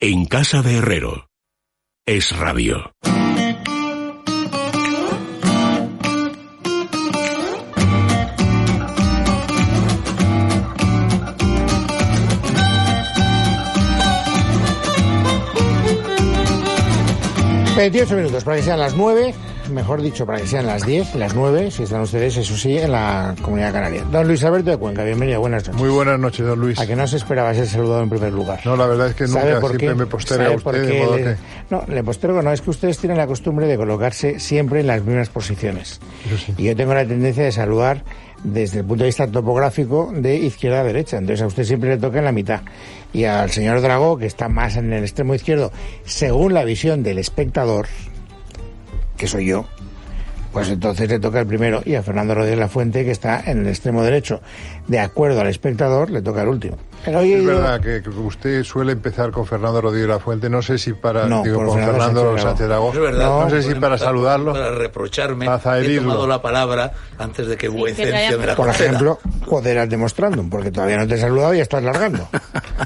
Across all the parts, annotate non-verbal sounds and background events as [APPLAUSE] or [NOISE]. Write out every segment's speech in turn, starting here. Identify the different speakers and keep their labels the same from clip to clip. Speaker 1: En casa de Herrero. Es radio.
Speaker 2: 18 minutos para que sean las 9, mejor dicho, para que sean las 10, las 9, si están ustedes, eso sí, en la comunidad canaria. Don Luis Alberto de Cuenca, bienvenido, buenas noches.
Speaker 3: Muy buenas noches, don Luis.
Speaker 2: ¿A que no se esperaba ser saludado en primer lugar?
Speaker 3: No, la verdad es que
Speaker 2: ¿Sabe
Speaker 3: nunca,
Speaker 2: por
Speaker 3: siempre
Speaker 2: qué?
Speaker 3: me posterga
Speaker 2: ¿Sabe
Speaker 3: a
Speaker 2: por
Speaker 3: usted,
Speaker 2: qué
Speaker 3: de modo
Speaker 2: le-
Speaker 3: que...
Speaker 2: No, le postergo no, es que ustedes tienen la costumbre de colocarse siempre en las mismas posiciones.
Speaker 3: Yo sí.
Speaker 2: Y yo tengo la tendencia de saludar desde el punto de vista topográfico de izquierda a derecha. Entonces a usted siempre le toca en la mitad. Y al señor Dragó, que está más en el extremo izquierdo, según la visión del espectador, que soy yo, pues entonces le toca el primero. Y a Fernando Rodríguez La Fuente, que está en el extremo derecho, de acuerdo al espectador, le toca el último. Pero hoy he
Speaker 3: Es
Speaker 2: ido-
Speaker 3: verdad que que usted suele empezar con Fernando Rodríguez La Fuente, no sé si para
Speaker 2: No,
Speaker 3: digo,
Speaker 2: por
Speaker 3: con
Speaker 2: Fernando
Speaker 3: Fernando
Speaker 2: Sánchez
Speaker 3: Sánchez Dragó,
Speaker 4: Es verdad.
Speaker 3: no, sé
Speaker 4: pueden
Speaker 3: si para
Speaker 4: empezar,
Speaker 3: saludarlo. [LAUGHS]
Speaker 4: Para reprocharme.
Speaker 3: Para
Speaker 4: He tomado
Speaker 3: zaherirlo.
Speaker 4: la palabra antes de que
Speaker 5: Sí, que te
Speaker 4: vuecencia
Speaker 5: hayan-
Speaker 4: me la
Speaker 2: Por
Speaker 4: conceda.
Speaker 2: ejemplo, poderas demostrando, porque todavía no te he saludado y ya estás largando.
Speaker 3: [LAUGHS]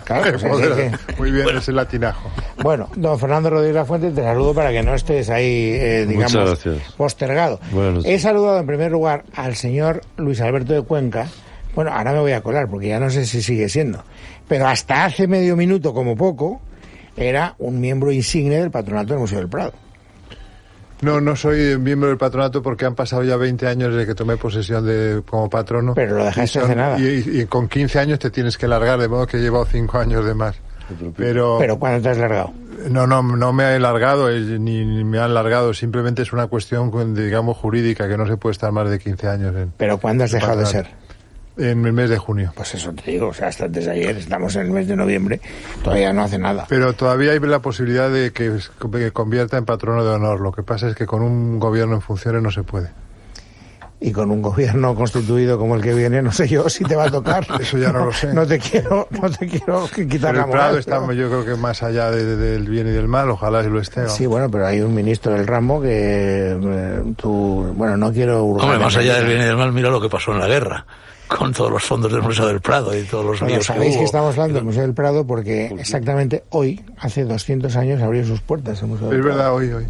Speaker 2: Claro, pues hay
Speaker 3: Joder,
Speaker 2: que-
Speaker 3: Muy bien, ese latinajo.
Speaker 2: Bueno, don Fernando Rodríguez La Fuente, te saludo para que no estés ahí, eh, digamos,
Speaker 6: Muchas gracias.
Speaker 2: postergado.
Speaker 6: Buenas noches.
Speaker 2: He saludado en primer lugar al señor Luis Alberto de Cuenca. Bueno, ahora me voy a colar porque ya no sé si sigue siendo. Pero hasta hace medio minuto, como poco, era un miembro insigne del patronato del Museo del Prado.
Speaker 3: No, no soy miembro del patronato porque han pasado ya 20 años desde que tomé posesión de, como patrono.
Speaker 2: Pero lo dejaste hace nada.
Speaker 3: Y, y con 15 años te tienes que largar, de modo que he llevado 5 años de más. Pero,
Speaker 2: Pero cuando te has largado.
Speaker 3: No, no, no me he largado, eh, ni, ni me han largado. Simplemente es una cuestión, digamos, jurídica, que no se puede estar más de 15 años en,
Speaker 2: Pero cuando has dejado de ser.
Speaker 3: Patronato. en el mes de junio.
Speaker 2: Pues eso te digo, o sea, hasta antes de ayer, estamos en el mes de noviembre, todavía no hace nada.
Speaker 3: Pero todavía hay la posibilidad de que, es- que convierta en patrono de honor. Lo que pasa es que con un gobierno en funciones no se puede.
Speaker 2: Y con un gobierno constituido como el que viene, no sé yo si te va a tocar.
Speaker 3: [LAUGHS] Eso ya no lo sé.
Speaker 2: No te quiero, no te quiero quitar la
Speaker 3: Pero el Prado
Speaker 2: moral.
Speaker 3: está,
Speaker 2: ¿eh? pero-
Speaker 3: yo creo que más allá de- de- del bien y del mal, ojalá lo esté. ¿no?
Speaker 2: Sí, bueno, pero hay un ministro del ramo que eh, tú, bueno, no quiero hurgar
Speaker 4: Hombre,
Speaker 2: en
Speaker 4: más
Speaker 2: el-
Speaker 4: allá del bien y del mal, mira lo que pasó en la guerra. Con todos los fondos del Museo del Prado y todos los
Speaker 2: Bueno,
Speaker 4: líos que
Speaker 2: sabéis que
Speaker 4: hubo.
Speaker 2: estamos hablando del Museo del Prado porque exactamente hoy, hace 200 años, abrió sus puertas el Museo del
Speaker 3: Es
Speaker 2: Prado.
Speaker 3: verdad, hoy, hoy.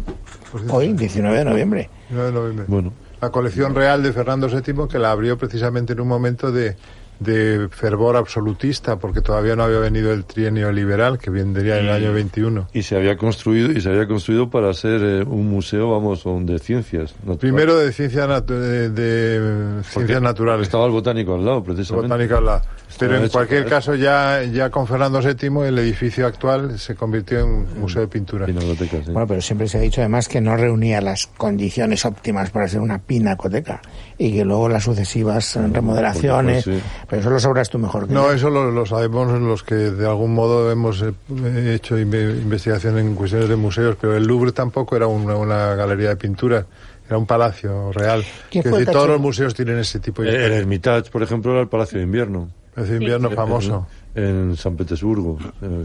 Speaker 3: Por cierto,
Speaker 2: Hoy, 19 de noviembre.
Speaker 3: 9 de noviembre.
Speaker 6: Bueno.
Speaker 3: La colección real de Fernando VII que la abrió precisamente en un momento de, de fervor absolutista, porque todavía no había venido el trienio liberal, que vendría en
Speaker 6: Mm.
Speaker 3: el año 21.
Speaker 6: Y se había construido y se había construido para ser eh, un museo, vamos, un de ciencias. natural.
Speaker 3: Primero de, ciencia natu- de, de ciencias naturales.
Speaker 6: estaba el botánico al lado, precisamente.
Speaker 3: Botánica la- Pero en
Speaker 6: hecho
Speaker 3: cualquier
Speaker 6: para
Speaker 3: caso, ya, ya con Fernando VII, el edificio actual se convirtió en museo de pintura.
Speaker 6: Pinacoteca, sí.
Speaker 2: Bueno, pero siempre se ha dicho además que no reunía las condiciones óptimas para ser una pinacoteca y que luego las sucesivas eh, remodelaciones.
Speaker 6: porque, pues, sí.
Speaker 2: Pero eso lo sabrás tú mejor que
Speaker 3: No,
Speaker 2: yo.
Speaker 3: eso lo, lo sabemos los que de algún modo hemos eh, hecho inve- investigación en cuestiones de museos, pero el Louvre tampoco era una, una galería de pintura, era un palacio real.
Speaker 2: ¿Quién
Speaker 3: Es
Speaker 2: fue el
Speaker 3: decir, todos
Speaker 2: cacho-
Speaker 3: los museos tienen ese tipo
Speaker 6: Eh, el
Speaker 3: de...
Speaker 6: Hermitage, por ejemplo, era el Palacio de Invierno.
Speaker 3: Es invierno famoso.
Speaker 6: En, en San Petersburgo. Eh,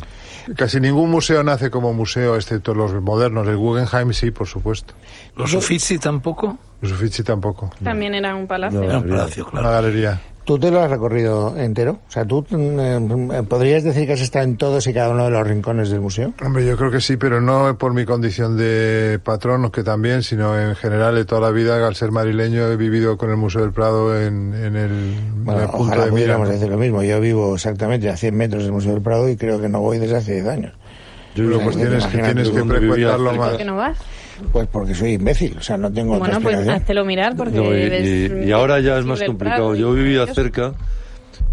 Speaker 3: Casi ningún museo nace como museo, excepto los modernos. El Guggenheim sí, por supuesto.
Speaker 4: ¿Los Uffizi tampoco?
Speaker 3: Los Uffizi tampoco.
Speaker 5: También era un palacio.
Speaker 6: No.
Speaker 4: Era un
Speaker 6: Galería.
Speaker 4: palacio,
Speaker 3: Una
Speaker 4: claro.
Speaker 3: galería.
Speaker 2: ¿Tú te lo has recorrido entero? O sea, ¿tú mm, eh, podrías decir que has estado en todos y cada uno de los rincones del museo?
Speaker 3: Hombre, yo creo que sí, pero no por mi condición de patrón, que también, sino en general de toda la vida, al ser madrileño, he vivido con el Museo del Prado en, en el, en
Speaker 2: Bueno,
Speaker 3: el punto
Speaker 2: ojalá
Speaker 3: de mira.
Speaker 2: pudiéramos decir lo mismo. Yo vivo exactamente a 100 metros del Museo del Prado y creo que no voy desde hace 10 años.
Speaker 6: yo
Speaker 3: Pero
Speaker 6: creo
Speaker 3: pues
Speaker 6: que-
Speaker 3: tienes que,
Speaker 2: imagínate
Speaker 3: tienes que
Speaker 6: dónde vivía
Speaker 3: frecuentarlo
Speaker 6: cerca.
Speaker 3: más.
Speaker 5: ¿Por qué no vas?
Speaker 2: Pues porque soy imbécil, o sea, no tengo otra
Speaker 5: Bueno, pues
Speaker 2: explicación.
Speaker 5: háztelo mirar porque
Speaker 6: ¿eh? No, y-
Speaker 5: ves,
Speaker 6: y, y ahora ya es más
Speaker 5: Silver
Speaker 6: complicado.
Speaker 5: Prado y
Speaker 6: Yo vivía
Speaker 5: maravilloso.
Speaker 6: cerca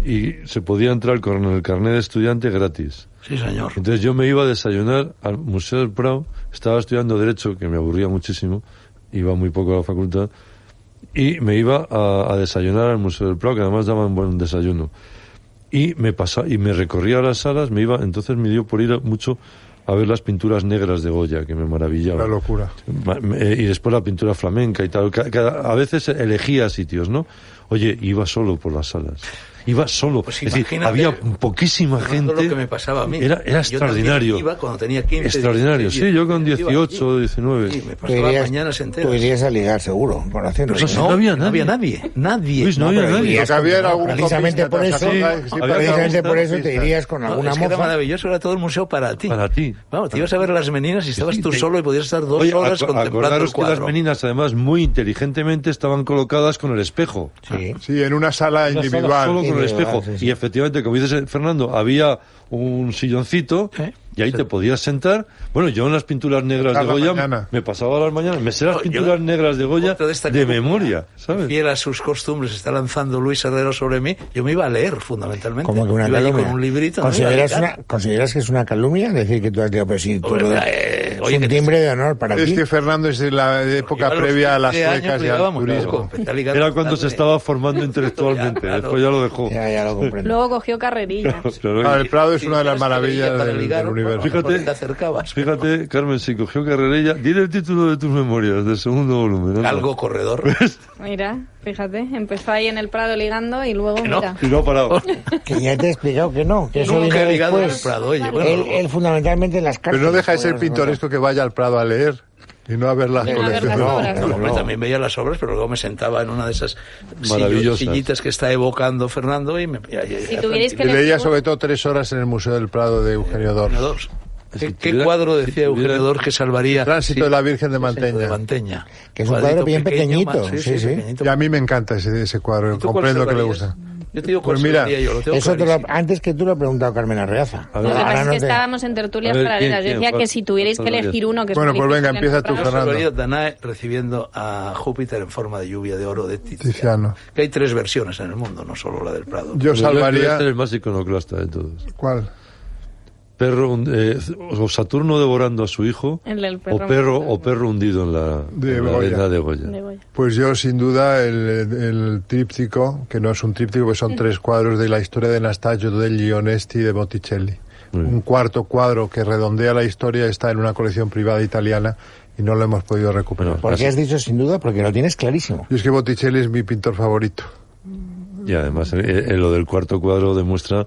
Speaker 6: y se podía entrar con el carnet de estudiante gratis.
Speaker 4: Sí, señor.
Speaker 6: Entonces yo me iba a desayunar al Museo del Prado, estaba estudiando Derecho, que me aburría muchísimo, iba muy poco a la facultad, y me iba a, a desayunar al Museo del Prado, que además daban buen desayuno. Y me pasa, y me recorría las salas, me iba, entonces me dio por ir mucho a ver las pinturas negras de Goya, que me maravillaba.
Speaker 3: La locura.
Speaker 6: Ma- eh, Y después la pintura flamenca y tal. Ca- cada- a veces elegía sitios, ¿no? Oye, iba solo por las salas. Iba solo.
Speaker 4: Pues
Speaker 6: es decir,
Speaker 4: imagínate,
Speaker 6: había poquísima
Speaker 4: Fernando,
Speaker 6: gente.
Speaker 4: lo que me pasaba a mí.
Speaker 6: Era,
Speaker 4: Yo
Speaker 6: era
Speaker 4: también
Speaker 6: extraordinario.
Speaker 4: iba cuando tenía 15,
Speaker 6: Extraordinario,
Speaker 4: 16,
Speaker 6: sí, yo con
Speaker 4: 17 iba
Speaker 6: 18,
Speaker 4: allí.
Speaker 6: 19.
Speaker 4: Sí, me
Speaker 2: Tú
Speaker 4: pasaba
Speaker 2: irías-
Speaker 4: Pues mañanas enteras.
Speaker 2: tú irías a ligar seguro, conociendo.
Speaker 6: Pero eso No había nadie.
Speaker 4: nadie. Nadie.
Speaker 6: Luis, no había
Speaker 2: pero
Speaker 6: nadie.
Speaker 2: irías
Speaker 3: Lo que había
Speaker 2: con-
Speaker 3: era algún
Speaker 2: precisamente
Speaker 3: copista,
Speaker 2: por
Speaker 3: te
Speaker 2: eso,
Speaker 3: acordás, sí,
Speaker 6: había
Speaker 2: precisamente
Speaker 6: copista,
Speaker 2: por eso te
Speaker 3: copista.
Speaker 2: irías con
Speaker 4: No,
Speaker 2: alguna
Speaker 4: es que era
Speaker 2: moza.
Speaker 4: maravilloso, era todo el museo para ti.
Speaker 6: Para ti.
Speaker 4: Vamos, te ibas a ver las meninas y estabas tú solo y podías estar dos
Speaker 6: Oye,
Speaker 4: horas
Speaker 6: aco-
Speaker 4: contemplando el
Speaker 6: acordaros que
Speaker 4: cuadro.
Speaker 6: las meninas, además, muy inteligentemente estaban colocadas con el espejo.
Speaker 2: Sí.
Speaker 3: Sí, en una sala
Speaker 6: Una sala
Speaker 3: individual.
Speaker 6: Solo con el
Speaker 2: Individual,
Speaker 6: espejo.
Speaker 2: sí, sí.
Speaker 6: Y efectivamente, como dices, eh, Fernando, había un silloncito
Speaker 4: Sí.
Speaker 6: y ahí te podías sentar. Bueno, yo en las pinturas negras
Speaker 3: Cada
Speaker 6: de Goya
Speaker 3: mañana.
Speaker 6: me pasaba las mañanas, me sé las
Speaker 4: No, yo-
Speaker 6: pinturas negras de Goya
Speaker 4: Otra de esta
Speaker 6: de
Speaker 4: que-
Speaker 6: memoria, ¿sabes?
Speaker 4: Fiel a sus costumbres, está lanzando Luis Herrero sobre mí. Yo me iba a leer, fundamentalmente.
Speaker 2: Como que una
Speaker 4: Iba allí
Speaker 2: calumnia.
Speaker 4: con un librito. ¿no? Iba a
Speaker 2: ¿Consideras,
Speaker 4: ligar.
Speaker 2: una- ¿Consideras que es una calumnia decir que tú has dicho, pues sí, tú
Speaker 4: Hombre,
Speaker 2: lo-
Speaker 4: eh,
Speaker 2: es
Speaker 4: oye,
Speaker 2: un
Speaker 4: que te-
Speaker 2: timbre de honor para
Speaker 3: Es
Speaker 2: ti?
Speaker 3: que Fernando es de la época
Speaker 4: Yo los
Speaker 3: previa a las
Speaker 4: 15 años
Speaker 3: suecas y al
Speaker 4: ligábamos, claro,
Speaker 3: turismo.
Speaker 4: con Petalí
Speaker 6: Era cuando se
Speaker 4: Garzón,
Speaker 6: estaba
Speaker 4: [LAUGHS]
Speaker 6: formando intelectualmente,
Speaker 4: claro.
Speaker 6: después ya lo dejó.
Speaker 2: Ya,
Speaker 4: [LAUGHS]
Speaker 2: ya lo comprendo.
Speaker 5: Luego cogió carrerilla.
Speaker 6: [LAUGHS] Pero,
Speaker 3: Ah,
Speaker 6: oye,
Speaker 3: el Prado es
Speaker 4: y
Speaker 3: una de las
Speaker 4: tenías que
Speaker 3: maravillas
Speaker 4: ligar para
Speaker 3: del, del
Speaker 4: ligar,
Speaker 3: universo.
Speaker 4: porque
Speaker 6: Fíjate-
Speaker 4: te acercabas.
Speaker 6: Fíjate, Carmen, si cogió carrerilla, dile el título de tus memorias, del segundo volumen. anda.
Speaker 4: Algo corredor.
Speaker 5: Mira, fíjate, empezó ahí en el Prado ligando y luego,
Speaker 4: no.
Speaker 5: mira.
Speaker 6: Y no ha parado.
Speaker 2: Que ya te he explicado que no, que eso
Speaker 4: Nunca
Speaker 2: viene
Speaker 4: he ligado en el
Speaker 2: después.
Speaker 4: Prado. Oye, bueno,
Speaker 2: Él, él fundamentalmente las
Speaker 3: Pero
Speaker 2: cartas.
Speaker 3: no deja de ser
Speaker 2: Bueno,
Speaker 3: pintoresco que vaya al Prado a leer y no a ver las
Speaker 2: No,
Speaker 5: a ver las
Speaker 3: colecciones.
Speaker 5: obras.
Speaker 4: No,
Speaker 2: Pero
Speaker 4: hombre,
Speaker 2: no.
Speaker 4: también veía las obras, pero luego me sentaba en una de esas sillo-
Speaker 6: Maravillosas.
Speaker 4: sillitas que está evocando Fernando y me... ya- ya-
Speaker 5: Si
Speaker 4: ya
Speaker 5: tuvierais
Speaker 3: Y
Speaker 5: que-
Speaker 3: leía sobre todo tres horas en el Museo del Prado de Eugenio Dors.
Speaker 4: Eugenio Dors.
Speaker 6: Si
Speaker 4: ¿Qué, qué
Speaker 6: tuviera-
Speaker 4: cuadro
Speaker 6: si
Speaker 4: decía Eugenio
Speaker 6: tuviera-
Speaker 4: Dors que salvaría?
Speaker 3: Tránsito
Speaker 4: Sí,
Speaker 3: de la Virgen de
Speaker 4: Tránsito de
Speaker 3: Manteña.
Speaker 4: Manteña.
Speaker 2: Que es un cuadro bien pequeñito,
Speaker 4: más-
Speaker 2: sí, sí.
Speaker 4: pequeñito.
Speaker 3: Y a mí me encanta ese, ese cuadro,
Speaker 4: ¿Tú cuál
Speaker 3: comprendo que le gusta.
Speaker 4: salvarías? Yo te digo cuál
Speaker 3: Pues mira,
Speaker 4: salvaría yo, lo tengo
Speaker 2: Eso te lo, Ah,
Speaker 4: clarísimo.
Speaker 2: antes que tú lo ha preguntado Carmen Arreaza.
Speaker 6: A
Speaker 5: Lo
Speaker 6: ver.
Speaker 5: que
Speaker 6: Ahora
Speaker 5: pasa es que
Speaker 2: no te-
Speaker 5: estábamos en tertulias
Speaker 6: A ver,
Speaker 5: paralelas.
Speaker 6: ¿quién,
Speaker 5: Yo decía
Speaker 6: quién?
Speaker 5: que si tuvierais que
Speaker 6: ¿Cuál
Speaker 5: elegir
Speaker 6: salvarías?
Speaker 5: uno que es
Speaker 3: Bueno,
Speaker 5: muy
Speaker 3: pues
Speaker 5: difícil
Speaker 3: venga, empieza
Speaker 5: en
Speaker 3: tú,
Speaker 5: el
Speaker 4: Yo
Speaker 5: Prado.
Speaker 3: Fernando.
Speaker 4: salvaría Danae recibiendo a Júpiter en forma de lluvia de oro de Tiziano.
Speaker 3: Tiziano.
Speaker 4: Que hay tres versiones en el mundo, no solo la del Prado.
Speaker 3: Yo
Speaker 6: Debe
Speaker 3: salvaría...
Speaker 6: ser este el más iconoclasta de todos.
Speaker 3: ¿Cuál?
Speaker 6: Perro, hun- eh, o Saturno devorando a su hijo,
Speaker 5: El del
Speaker 6: o
Speaker 5: perro.
Speaker 6: perro, o perro hundido en la,
Speaker 3: De
Speaker 6: en la
Speaker 3: Goya.
Speaker 6: arena de Goya.
Speaker 5: De Goya.
Speaker 3: Pues yo, sin duda, el, el tríptico, que no es un tríptico, que son tres cuadros de la historia de Anastasio, del Gionesti y de Botticelli.
Speaker 6: Muy bien.
Speaker 3: Un cuarto cuadro que redondea la historia está en una colección privada italiana y no lo hemos podido recuperar.
Speaker 6: Bueno.
Speaker 2: ¿Por qué has dicho sin duda? Porque lo tienes clarísimo.
Speaker 3: Y es que Botticelli es mi pintor favorito.
Speaker 6: Y además, eh, eh, lo del cuarto cuadro demuestra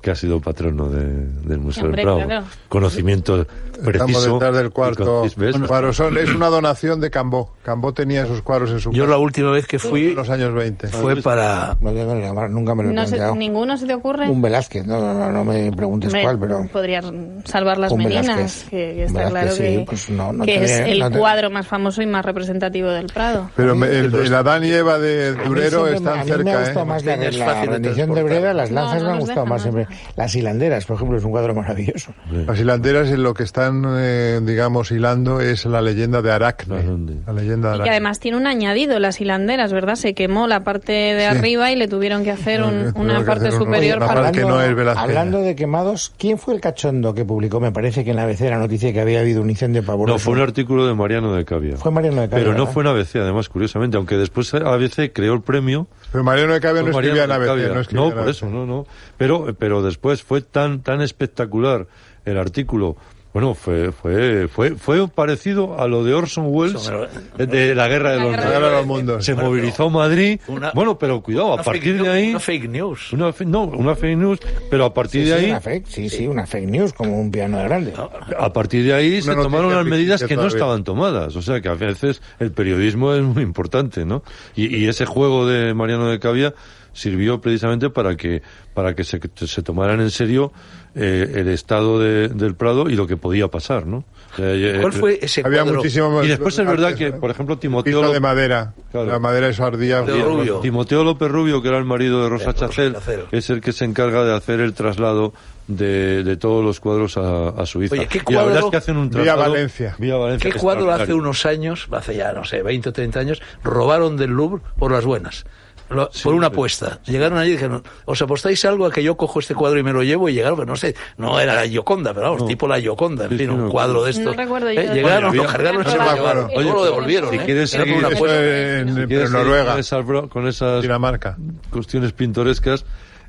Speaker 6: que ha sido patrono de- del Museo
Speaker 5: Hombre,
Speaker 6: del Prado.
Speaker 5: claro.
Speaker 6: Conocimiento
Speaker 3: Estamos
Speaker 6: preciso.
Speaker 3: detrás del
Speaker 6: y
Speaker 3: cuarto
Speaker 6: concis- ¿ves?
Speaker 3: cuadro. Son- es una donación de Cambó. Cambó tenía esos cuadros en su
Speaker 4: Yo
Speaker 3: casa
Speaker 4: la última vez que
Speaker 3: en
Speaker 4: fui
Speaker 3: los años 20.
Speaker 4: fue para...
Speaker 2: No tengo ni la mar- nunca me lo he
Speaker 5: No sé,
Speaker 2: planteado.
Speaker 5: ¿Ninguno se te ocurre?
Speaker 2: Un Velázquez, no, no, no, no me preguntes
Speaker 5: Hombre,
Speaker 2: cuál, pero...
Speaker 5: podrías salvar las
Speaker 2: Un
Speaker 5: meninas,
Speaker 2: Velázquez.
Speaker 5: que, que
Speaker 2: Un
Speaker 5: está claro
Speaker 2: Velázquez, sí,
Speaker 5: que,
Speaker 2: pues no, no
Speaker 5: que
Speaker 2: te-
Speaker 5: es el
Speaker 2: no te-
Speaker 5: cuadro más famoso y más representativo del Prado.
Speaker 3: Pero me- el, el Adán y Eva de
Speaker 2: A mí
Speaker 3: Durero
Speaker 2: siempre me-
Speaker 3: están
Speaker 2: a mí me ha
Speaker 3: cerca.
Speaker 2: gustado
Speaker 3: ¿eh?
Speaker 2: más la,
Speaker 4: Manteña es
Speaker 2: la
Speaker 4: fácil de
Speaker 2: rendición de
Speaker 4: transportar.
Speaker 2: Breda, las
Speaker 5: No,
Speaker 2: lanzas
Speaker 5: no
Speaker 2: me han
Speaker 5: nos
Speaker 2: gustado
Speaker 5: dejan,
Speaker 2: más
Speaker 5: no nos
Speaker 2: siempre. Las hilanderas, por ejemplo, es un cuadro maravilloso.
Speaker 3: Las hilanderas en lo que están, eh, digamos, hilando es la leyenda de Aracne.
Speaker 6: Aracne.
Speaker 3: La leyenda de
Speaker 5: Y que
Speaker 3: Aracne.
Speaker 5: además tiene un añadido, las hilanderas, ¿verdad? Se quemó la parte de
Speaker 3: Sí.
Speaker 5: arriba y le tuvieron que hacer un-
Speaker 3: Tuvieron que
Speaker 5: una
Speaker 3: hacer
Speaker 5: parte
Speaker 3: un-
Speaker 5: superior
Speaker 3: una
Speaker 5: para...
Speaker 3: parte- que no es Velázquez.
Speaker 2: hablando de quemados, ¿quién fue el cachondo que publicó? Me parece que en la ABC la noticia que había habido un incendio pavoroso.
Speaker 6: No, fue un artículo de Mariano de Cavia.
Speaker 2: Fue Mariano de ¿eh? Cavia,
Speaker 6: Pero no
Speaker 2: ¿verdad?
Speaker 6: fue en ABC, además, curiosamente. Aunque después ABC creó el premio.
Speaker 3: Pero Mariano de Cabia no
Speaker 6: Fue
Speaker 3: escribía en
Speaker 6: Pues Mariano de
Speaker 3: ABC,
Speaker 6: Cavia.
Speaker 3: no escribía en
Speaker 6: por
Speaker 3: ABC.
Speaker 6: eso, no, no. Pero, pero después fue tan, tan espectacular el artículo. Bueno, fue, fue, fue, fue parecido a lo de Orson Welles
Speaker 4: Eso
Speaker 6: de la guerra de los
Speaker 5: Guerra
Speaker 3: La guerra de los mundos.
Speaker 6: Se movilizó Madrid.
Speaker 4: Una-
Speaker 6: bueno, pero cuidado, a
Speaker 4: Una
Speaker 6: partir
Speaker 4: fake
Speaker 6: de
Speaker 4: news-
Speaker 6: ahí.
Speaker 4: Una fake news.
Speaker 6: Una fe- no, una fake news, pero a
Speaker 2: Sí,
Speaker 6: partir
Speaker 2: sí,
Speaker 6: de ahí.
Speaker 2: una fake, sí, sí, una fake news, como un piano de grande.
Speaker 6: A partir de ahí se
Speaker 3: noticia
Speaker 6: tomaron las
Speaker 3: ficticia
Speaker 6: medidas que no
Speaker 3: todavía.
Speaker 6: estaban tomadas. O sea que a veces el periodismo es muy importante, ¿no? Y, y ese juego de Mariano de Cavia sirvió precisamente para que, para que se, se tomaran en serio eh, el estado de- del Prado y lo que podía pasar, ¿no? O sea, eh,
Speaker 4: ¿Cuál fue ese
Speaker 3: Había
Speaker 4: cuadro?
Speaker 3: muchísimo
Speaker 6: Y después es verdad
Speaker 3: antes,
Speaker 6: que,
Speaker 3: ¿eh?
Speaker 6: por ejemplo,
Speaker 3: El
Speaker 6: Timoteo,
Speaker 3: piso de
Speaker 6: López-
Speaker 3: madera.
Speaker 6: Claro.
Speaker 3: La madera eso ardía.
Speaker 4: De Rubio.
Speaker 6: Timoteo López Rubio, que era el marido de Rosa
Speaker 4: De Rosa
Speaker 6: Chacel,
Speaker 4: Chacel.
Speaker 6: es el que se encarga de hacer el traslado de, de todos los cuadros a, a Suiza.
Speaker 4: Oye, ¿qué
Speaker 6: y la verdad
Speaker 4: cuadro-
Speaker 6: es que hacen un
Speaker 3: Vía
Speaker 6: traslado
Speaker 3: Valencia.
Speaker 6: vía Valencia
Speaker 4: ¿Qué cuadro hace
Speaker 6: extraordinario.
Speaker 4: unos años, hace ya, no sé, 20 o 30 años, robaron del Louvre por las buenas? Lo- por una
Speaker 6: sí.
Speaker 4: apuesta. Llegaron allí y dijeron, ¿os apostáis algo a que yo cojo este cuadro y me lo llevo? Y llegaron, pero no sé, no era la Yoconda, pero vamos, tipo la Yoconda, en
Speaker 6: Sí,
Speaker 4: fin,
Speaker 6: sí,
Speaker 4: un
Speaker 6: no.
Speaker 4: cuadro de estos.
Speaker 5: No recuerdo
Speaker 4: Eh,
Speaker 5: yo. Bueno,
Speaker 4: Llegaron,
Speaker 6: había-
Speaker 4: lo cargaron, y se
Speaker 3: No
Speaker 4: lo
Speaker 3: me
Speaker 4: llevaron.
Speaker 3: acuerdo.
Speaker 4: Luego lo
Speaker 5: Oye,
Speaker 4: devolvieron.
Speaker 6: si
Speaker 4: ¿eh?
Speaker 6: quieres
Speaker 4: Era por
Speaker 6: seguir-
Speaker 4: una
Speaker 3: Eso
Speaker 4: apuesta.
Speaker 3: en, en-
Speaker 6: Si
Speaker 3: pero
Speaker 6: quieres seguir
Speaker 3: Noruega,
Speaker 6: Con esas, bro- con esas
Speaker 3: Dinamarca.
Speaker 6: cuestiones pintorescas,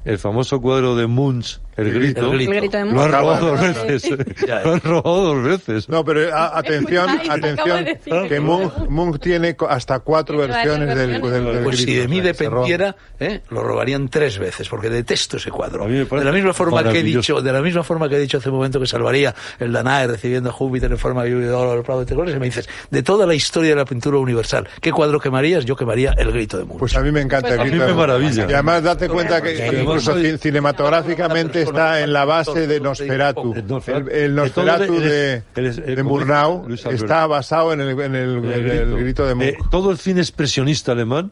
Speaker 6: el famoso cuadro de Munch, el grito.
Speaker 4: El grito.
Speaker 5: El grito de
Speaker 6: Lo han
Speaker 5: Mozart.
Speaker 6: robado dos
Speaker 5: Claro.
Speaker 4: [LAUGHS]
Speaker 6: veces. eh.
Speaker 4: Ya.
Speaker 6: Lo han robado dos veces.
Speaker 3: No, pero eh, a- atención,
Speaker 5: Ay, acabo de
Speaker 3: atención,
Speaker 5: decir.
Speaker 3: que Munch, Munch tiene co- hasta cuatro
Speaker 5: Tiene varias
Speaker 3: versiones del, del,
Speaker 5: versiones.
Speaker 3: del
Speaker 4: Pues
Speaker 3: grito.
Speaker 4: si de mí
Speaker 3: O sea, que se roba.
Speaker 4: dependiera, ¿eh? lo robarían tres veces, porque detesto ese cuadro.
Speaker 6: A mí me
Speaker 4: De
Speaker 6: parece
Speaker 4: la misma forma que he
Speaker 6: maravilloso.
Speaker 4: dicho, de la misma forma que he dicho hace un momento que salvaría el Danae recibiendo a Júpiter en forma de lluvia de oro, el Prado de Tricolores, y me dices, de toda la historia de la pintura universal, ¿qué cuadro quemarías? Yo quemaría el grito de Munch.
Speaker 3: Pues a mí me encanta.
Speaker 5: Pues
Speaker 3: el
Speaker 5: a mí
Speaker 3: grito
Speaker 6: me
Speaker 3: de Munch.
Speaker 6: maravilla.
Speaker 3: Y además date cuenta que
Speaker 6: Además,
Speaker 3: incluso
Speaker 6: soy-
Speaker 3: cin- cinematográficamente está en la base de Nosferatu.
Speaker 6: El Nosferatu.
Speaker 3: El, el Nosferatu
Speaker 6: eh, Entonces,
Speaker 3: de,
Speaker 6: eres- eres-
Speaker 3: de Murnau
Speaker 6: Luis Alberto.
Speaker 3: está basado en el, en el- en el grito de
Speaker 6: Eh,
Speaker 3: Munch.
Speaker 6: todo el cine expresionista alemán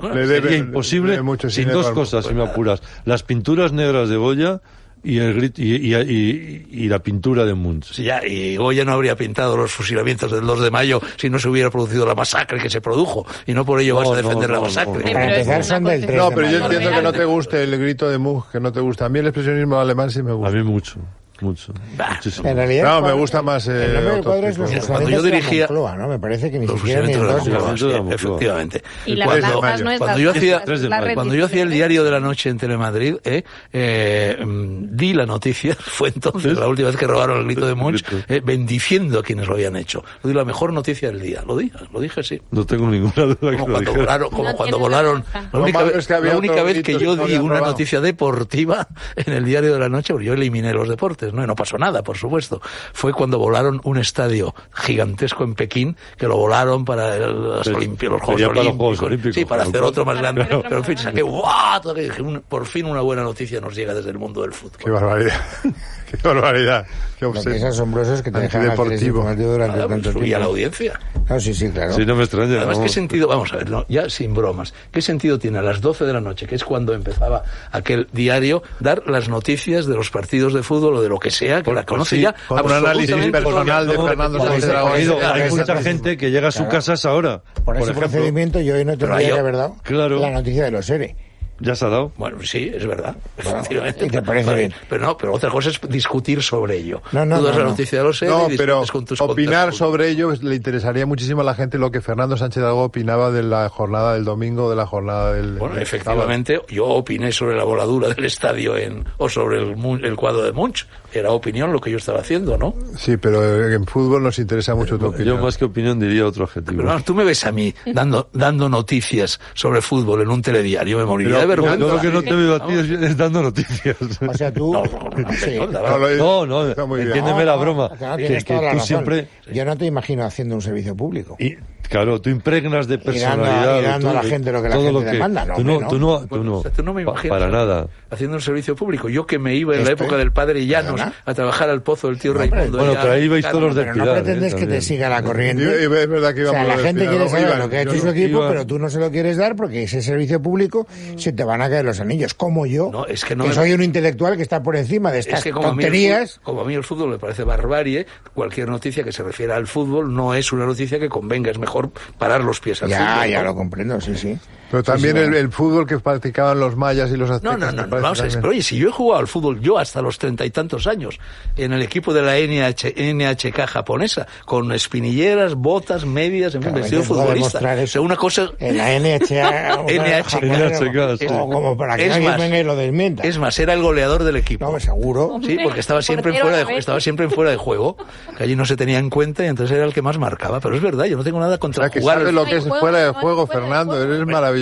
Speaker 3: Le
Speaker 6: sería
Speaker 3: debe- le
Speaker 6: imposible
Speaker 3: debe mucho
Speaker 6: sin
Speaker 3: cine
Speaker 6: dos
Speaker 3: al-
Speaker 6: cosas, si me apuras. Las pinturas negras de Goya y, el grit- y, y- y- y la pintura de Munch.
Speaker 4: Sí, ya, y Goya no habría pintado los fusilamientos del 2 de mayo si no se hubiera producido la masacre que se produjo. Y no por ello
Speaker 6: No,
Speaker 4: vas a
Speaker 6: no,
Speaker 4: defender
Speaker 6: no,
Speaker 4: la masacre.
Speaker 6: no,
Speaker 5: Eh,
Speaker 2: Para
Speaker 5: pero es
Speaker 2: empezar
Speaker 5: un
Speaker 2: son del
Speaker 5: acontecimiento
Speaker 2: 3
Speaker 3: No,
Speaker 2: de
Speaker 3: pero yo
Speaker 2: mayo.
Speaker 3: entiendo que no te
Speaker 5: Real.
Speaker 3: guste el grito de Munch, que no te gusta. A mí el expresionismo alemán sí me
Speaker 6: A
Speaker 3: gusta.
Speaker 6: mí mucho, mucho.
Speaker 4: Bah.
Speaker 6: muchísimo.
Speaker 2: En realidad,
Speaker 3: No,
Speaker 2: el cuadro-
Speaker 3: me gusta más, eh,
Speaker 2: el nombre del cuadro es
Speaker 3: otro
Speaker 2: los
Speaker 3: tipo.
Speaker 4: Cuando yo
Speaker 2: fusilamientos de la
Speaker 4: dirigía-
Speaker 2: Moncloa, ¿no? Me parece que ni
Speaker 4: Los
Speaker 2: siquiera ni el
Speaker 4: fusilamientos de la
Speaker 2: dos ni el
Speaker 4: Moncloa,
Speaker 2: dos.
Speaker 6: de la
Speaker 4: sí,
Speaker 6: Moncloa.
Speaker 4: efectivamente.
Speaker 5: Y las
Speaker 3: Cuando-
Speaker 5: danzas
Speaker 3: cuando
Speaker 5: nuestras.
Speaker 4: yo hacía-
Speaker 5: las-
Speaker 6: tres de
Speaker 5: las
Speaker 6: mayo.
Speaker 4: Cuando yo hacía el
Speaker 5: repeticiones.
Speaker 4: diario de la noche en Telemadrid, eh, eh, mm, di la noticia, [LAUGHS] fue entonces la última vez que robaron el grito de Munch, eh, bendiciendo a quienes lo habían hecho. Lo di la mejor noticia del día, lo dije, lo dije así.
Speaker 6: No tengo ninguna duda
Speaker 4: Como
Speaker 6: que lo
Speaker 4: cuando
Speaker 6: dijera.
Speaker 4: volaron, como
Speaker 5: No
Speaker 4: cuando
Speaker 5: tienes
Speaker 4: volaron.
Speaker 5: la
Speaker 4: La
Speaker 3: Lo
Speaker 4: única,
Speaker 3: malo
Speaker 4: vez-
Speaker 3: es que había
Speaker 4: la única
Speaker 3: otro
Speaker 4: vez
Speaker 3: grito
Speaker 4: que yo
Speaker 3: que no
Speaker 4: di
Speaker 3: habían
Speaker 4: una
Speaker 3: robado.
Speaker 4: noticia deportiva en el diario de la noche, porque yo eliminé los deportes, ¿no? Y no pasó nada, por supuesto. Fue cuando volaron un estadio gigantesco en Pekín, que lo volaron para el- las
Speaker 6: Sí.
Speaker 4: Olimpi- los,
Speaker 6: Sería
Speaker 4: Juegos
Speaker 6: para los
Speaker 4: Olímpicos.
Speaker 6: Juegos Olímpicos,
Speaker 4: Sí, para
Speaker 6: claro.
Speaker 4: hacer otro más
Speaker 5: Para
Speaker 4: grande.
Speaker 5: hacer otro
Speaker 4: Pero en fin,
Speaker 5: más
Speaker 4: saqué, ¡guau! Todo que dije, un- por fin una buena noticia nos llega desde el mundo del fútbol.
Speaker 3: Qué barbaridad. [LAUGHS] Qué barbaridad. Qué
Speaker 2: Lo que es
Speaker 3: obsesión.
Speaker 2: asombroso es que te dejan hacer ese
Speaker 3: Antideportivo.
Speaker 2: informativo durante
Speaker 4: Nada, pues,
Speaker 2: tanto
Speaker 4: subí a la
Speaker 2: tiempo.
Speaker 4: audiencia.
Speaker 2: No, sí, sí, claro.
Speaker 6: Sí, no me extraña.
Speaker 4: Además, ¿qué
Speaker 6: vamos.
Speaker 4: sentido? Vamos a ver, no, ya sin bromas. ¿Qué sentido tiene a las 12 de la noche, que es cuando empezaba aquel diario, dar las noticias de los partidos de fútbol o de lo que sea, que la conoce
Speaker 6: sí,
Speaker 4: ya?
Speaker 3: con un análisis
Speaker 4: absolutamente todo el
Speaker 3: personal
Speaker 4: mundo?
Speaker 3: de Fernando
Speaker 4: Porque-
Speaker 2: Sánchez
Speaker 4: porque-
Speaker 2: Dragón.
Speaker 6: Oído, Hay
Speaker 2: Claro.
Speaker 6: mucha gente que llega a su
Speaker 2: Claro.
Speaker 6: casa a esa hora.
Speaker 2: Por
Speaker 6: Por
Speaker 2: ese
Speaker 6: ejemplo,
Speaker 2: procedimiento yo hoy no tendría
Speaker 4: yo-
Speaker 2: que haber dado
Speaker 6: Claro.
Speaker 2: la noticia de los seres.
Speaker 6: ya se ha dado.
Speaker 4: Bueno, sí, es verdad. efectivamente.
Speaker 2: y te parece bien.
Speaker 4: Pero no, pero otra cosa es discutir sobre ello.
Speaker 2: No, no,
Speaker 4: Tú das
Speaker 2: no,
Speaker 4: la
Speaker 2: no.
Speaker 4: noticia de los seres
Speaker 3: No,
Speaker 4: y
Speaker 3: pero
Speaker 4: discutes con tus
Speaker 3: opinar
Speaker 4: contactos.
Speaker 3: sobre ello es- le interesaría muchísimo a la gente lo que Fernando Sánchez Dago opinaba de la jornada del domingo, de la jornada del.
Speaker 4: Bueno,
Speaker 3: del
Speaker 4: efectivamente, yo opiné sobre la voladura del estadio en, o sobre el, mu- el cuadro de Munch. Era opinión lo que yo estaba haciendo, ¿no?
Speaker 3: sábado. Sí, pero eh, en fútbol nos interesa mucho tu
Speaker 6: Yo
Speaker 3: opinión.
Speaker 4: pues-
Speaker 6: más que opinión diría otro
Speaker 4: Pero
Speaker 6: adjetivo.
Speaker 4: vamos, tú me ves a mí dando, dando noticias sobre fútbol en un telediario, me moriría de
Speaker 6: Yo
Speaker 4: vergüenza.
Speaker 6: lo que no te veo a ti es- es dando noticias.
Speaker 2: O sea, tú... [LAUGHS]
Speaker 4: [LAUGHS] No, no, no,
Speaker 2: Sí.
Speaker 4: no, no,
Speaker 3: No, lo he- [LAUGHS]
Speaker 6: No, no,
Speaker 3: está muy bien.
Speaker 6: entiéndeme la broma.
Speaker 2: claro,
Speaker 6: que
Speaker 2: tienes
Speaker 6: que
Speaker 2: toda la
Speaker 6: tú
Speaker 2: razón.
Speaker 6: siempre.
Speaker 2: Yo no te imagino haciendo un servicio público.
Speaker 6: Y, claro, tú impregnas de
Speaker 2: Y dando-
Speaker 6: personalidad.
Speaker 2: y dando a la
Speaker 6: tú-
Speaker 2: gente lo que la
Speaker 6: todo
Speaker 2: gente demanda, no,
Speaker 6: Tú
Speaker 2: hombre,
Speaker 6: no,
Speaker 2: no.
Speaker 6: tú no, tú
Speaker 4: Bueno,
Speaker 6: no.
Speaker 4: o sea, tú no me
Speaker 6: Pa-
Speaker 4: imaginas
Speaker 6: Para nada. Este,
Speaker 4: haciendo un servicio público. Yo que me iba en la
Speaker 2: Esto-
Speaker 4: época del padre Llanos
Speaker 2: Perdona.
Speaker 4: a trabajar al pozo del tío
Speaker 2: hombre,
Speaker 4: Raimundo.
Speaker 6: Bueno,
Speaker 4: ya-
Speaker 6: pero ahí vais
Speaker 4: Claro,
Speaker 6: todos los de
Speaker 2: Pero no
Speaker 6: Pilar,
Speaker 2: pretendes
Speaker 6: ¿eh?
Speaker 2: que te
Speaker 6: También.
Speaker 2: siga la corriente.
Speaker 3: Yo- es verdad que
Speaker 2: o
Speaker 3: íbamos
Speaker 2: sea,
Speaker 3: a
Speaker 2: la
Speaker 3: decir
Speaker 2: gente quiere
Speaker 3: algo.
Speaker 2: saber
Speaker 3: Iván,
Speaker 2: lo que ha
Speaker 3: yo
Speaker 2: hecho su
Speaker 3: no-
Speaker 2: equipo,
Speaker 6: Iván.
Speaker 2: pero tú no se lo quieres dar porque ese servicio público se te van a caer los anillos. Como yo,
Speaker 4: No, es que no me-
Speaker 2: soy un intelectual que está por encima de estas
Speaker 4: Es que como a, mí el
Speaker 2: tonterías.
Speaker 4: fútbol, como a mí el fútbol me parece barbarie, cualquier noticia que se refiera al fútbol no es una noticia que convenga, es mejor parar los pies al
Speaker 2: Ya,
Speaker 4: fútbol,
Speaker 2: ya
Speaker 4: ¿no?
Speaker 2: lo comprendo, sí, sí.
Speaker 3: Pero
Speaker 2: Sí, sí,
Speaker 3: también el,
Speaker 2: bueno.
Speaker 3: el fútbol que practicaban los mayas y los aztecas.
Speaker 4: No, no, no,
Speaker 3: me
Speaker 4: no,
Speaker 3: parece
Speaker 4: vamos a ver,
Speaker 3: también.
Speaker 4: pero oye, si yo he jugado al fútbol yo hasta los treinta y tantos años en el equipo de la NH, NHK japonesa, con espinilleras, botas, medias, en fin,
Speaker 2: Claro,
Speaker 4: vestido
Speaker 2: yo puedo demostrar
Speaker 4: futbolista. O
Speaker 2: eso.
Speaker 4: sea, una cosa...
Speaker 2: En la
Speaker 4: [LAUGHS]
Speaker 2: NHA. una
Speaker 4: NHK,
Speaker 2: japonesa,
Speaker 6: sí.
Speaker 2: como- Como para que
Speaker 4: Es
Speaker 2: alguien
Speaker 4: más,
Speaker 2: venga y lo desmienta.
Speaker 4: Es más, era el goleador del equipo.
Speaker 2: No, pues seguro.
Speaker 4: Sí, porque estaba siempre, en
Speaker 5: Portero
Speaker 4: fuera
Speaker 5: a
Speaker 4: de,
Speaker 5: la
Speaker 4: ju-
Speaker 5: vez.
Speaker 4: estaba siempre en fuera de juego, que allí no se tenía en cuenta y entonces era el que más marcaba. Pero es verdad, yo no tengo nada
Speaker 3: O
Speaker 4: contra
Speaker 3: sea, que
Speaker 4: jugar. al
Speaker 3: sabes lo que es
Speaker 5: Fuera de
Speaker 3: fuera de
Speaker 5: juego,
Speaker 3: juego,
Speaker 5: fuera de
Speaker 3: Fernando.
Speaker 5: juego.
Speaker 3: Eres maravilloso.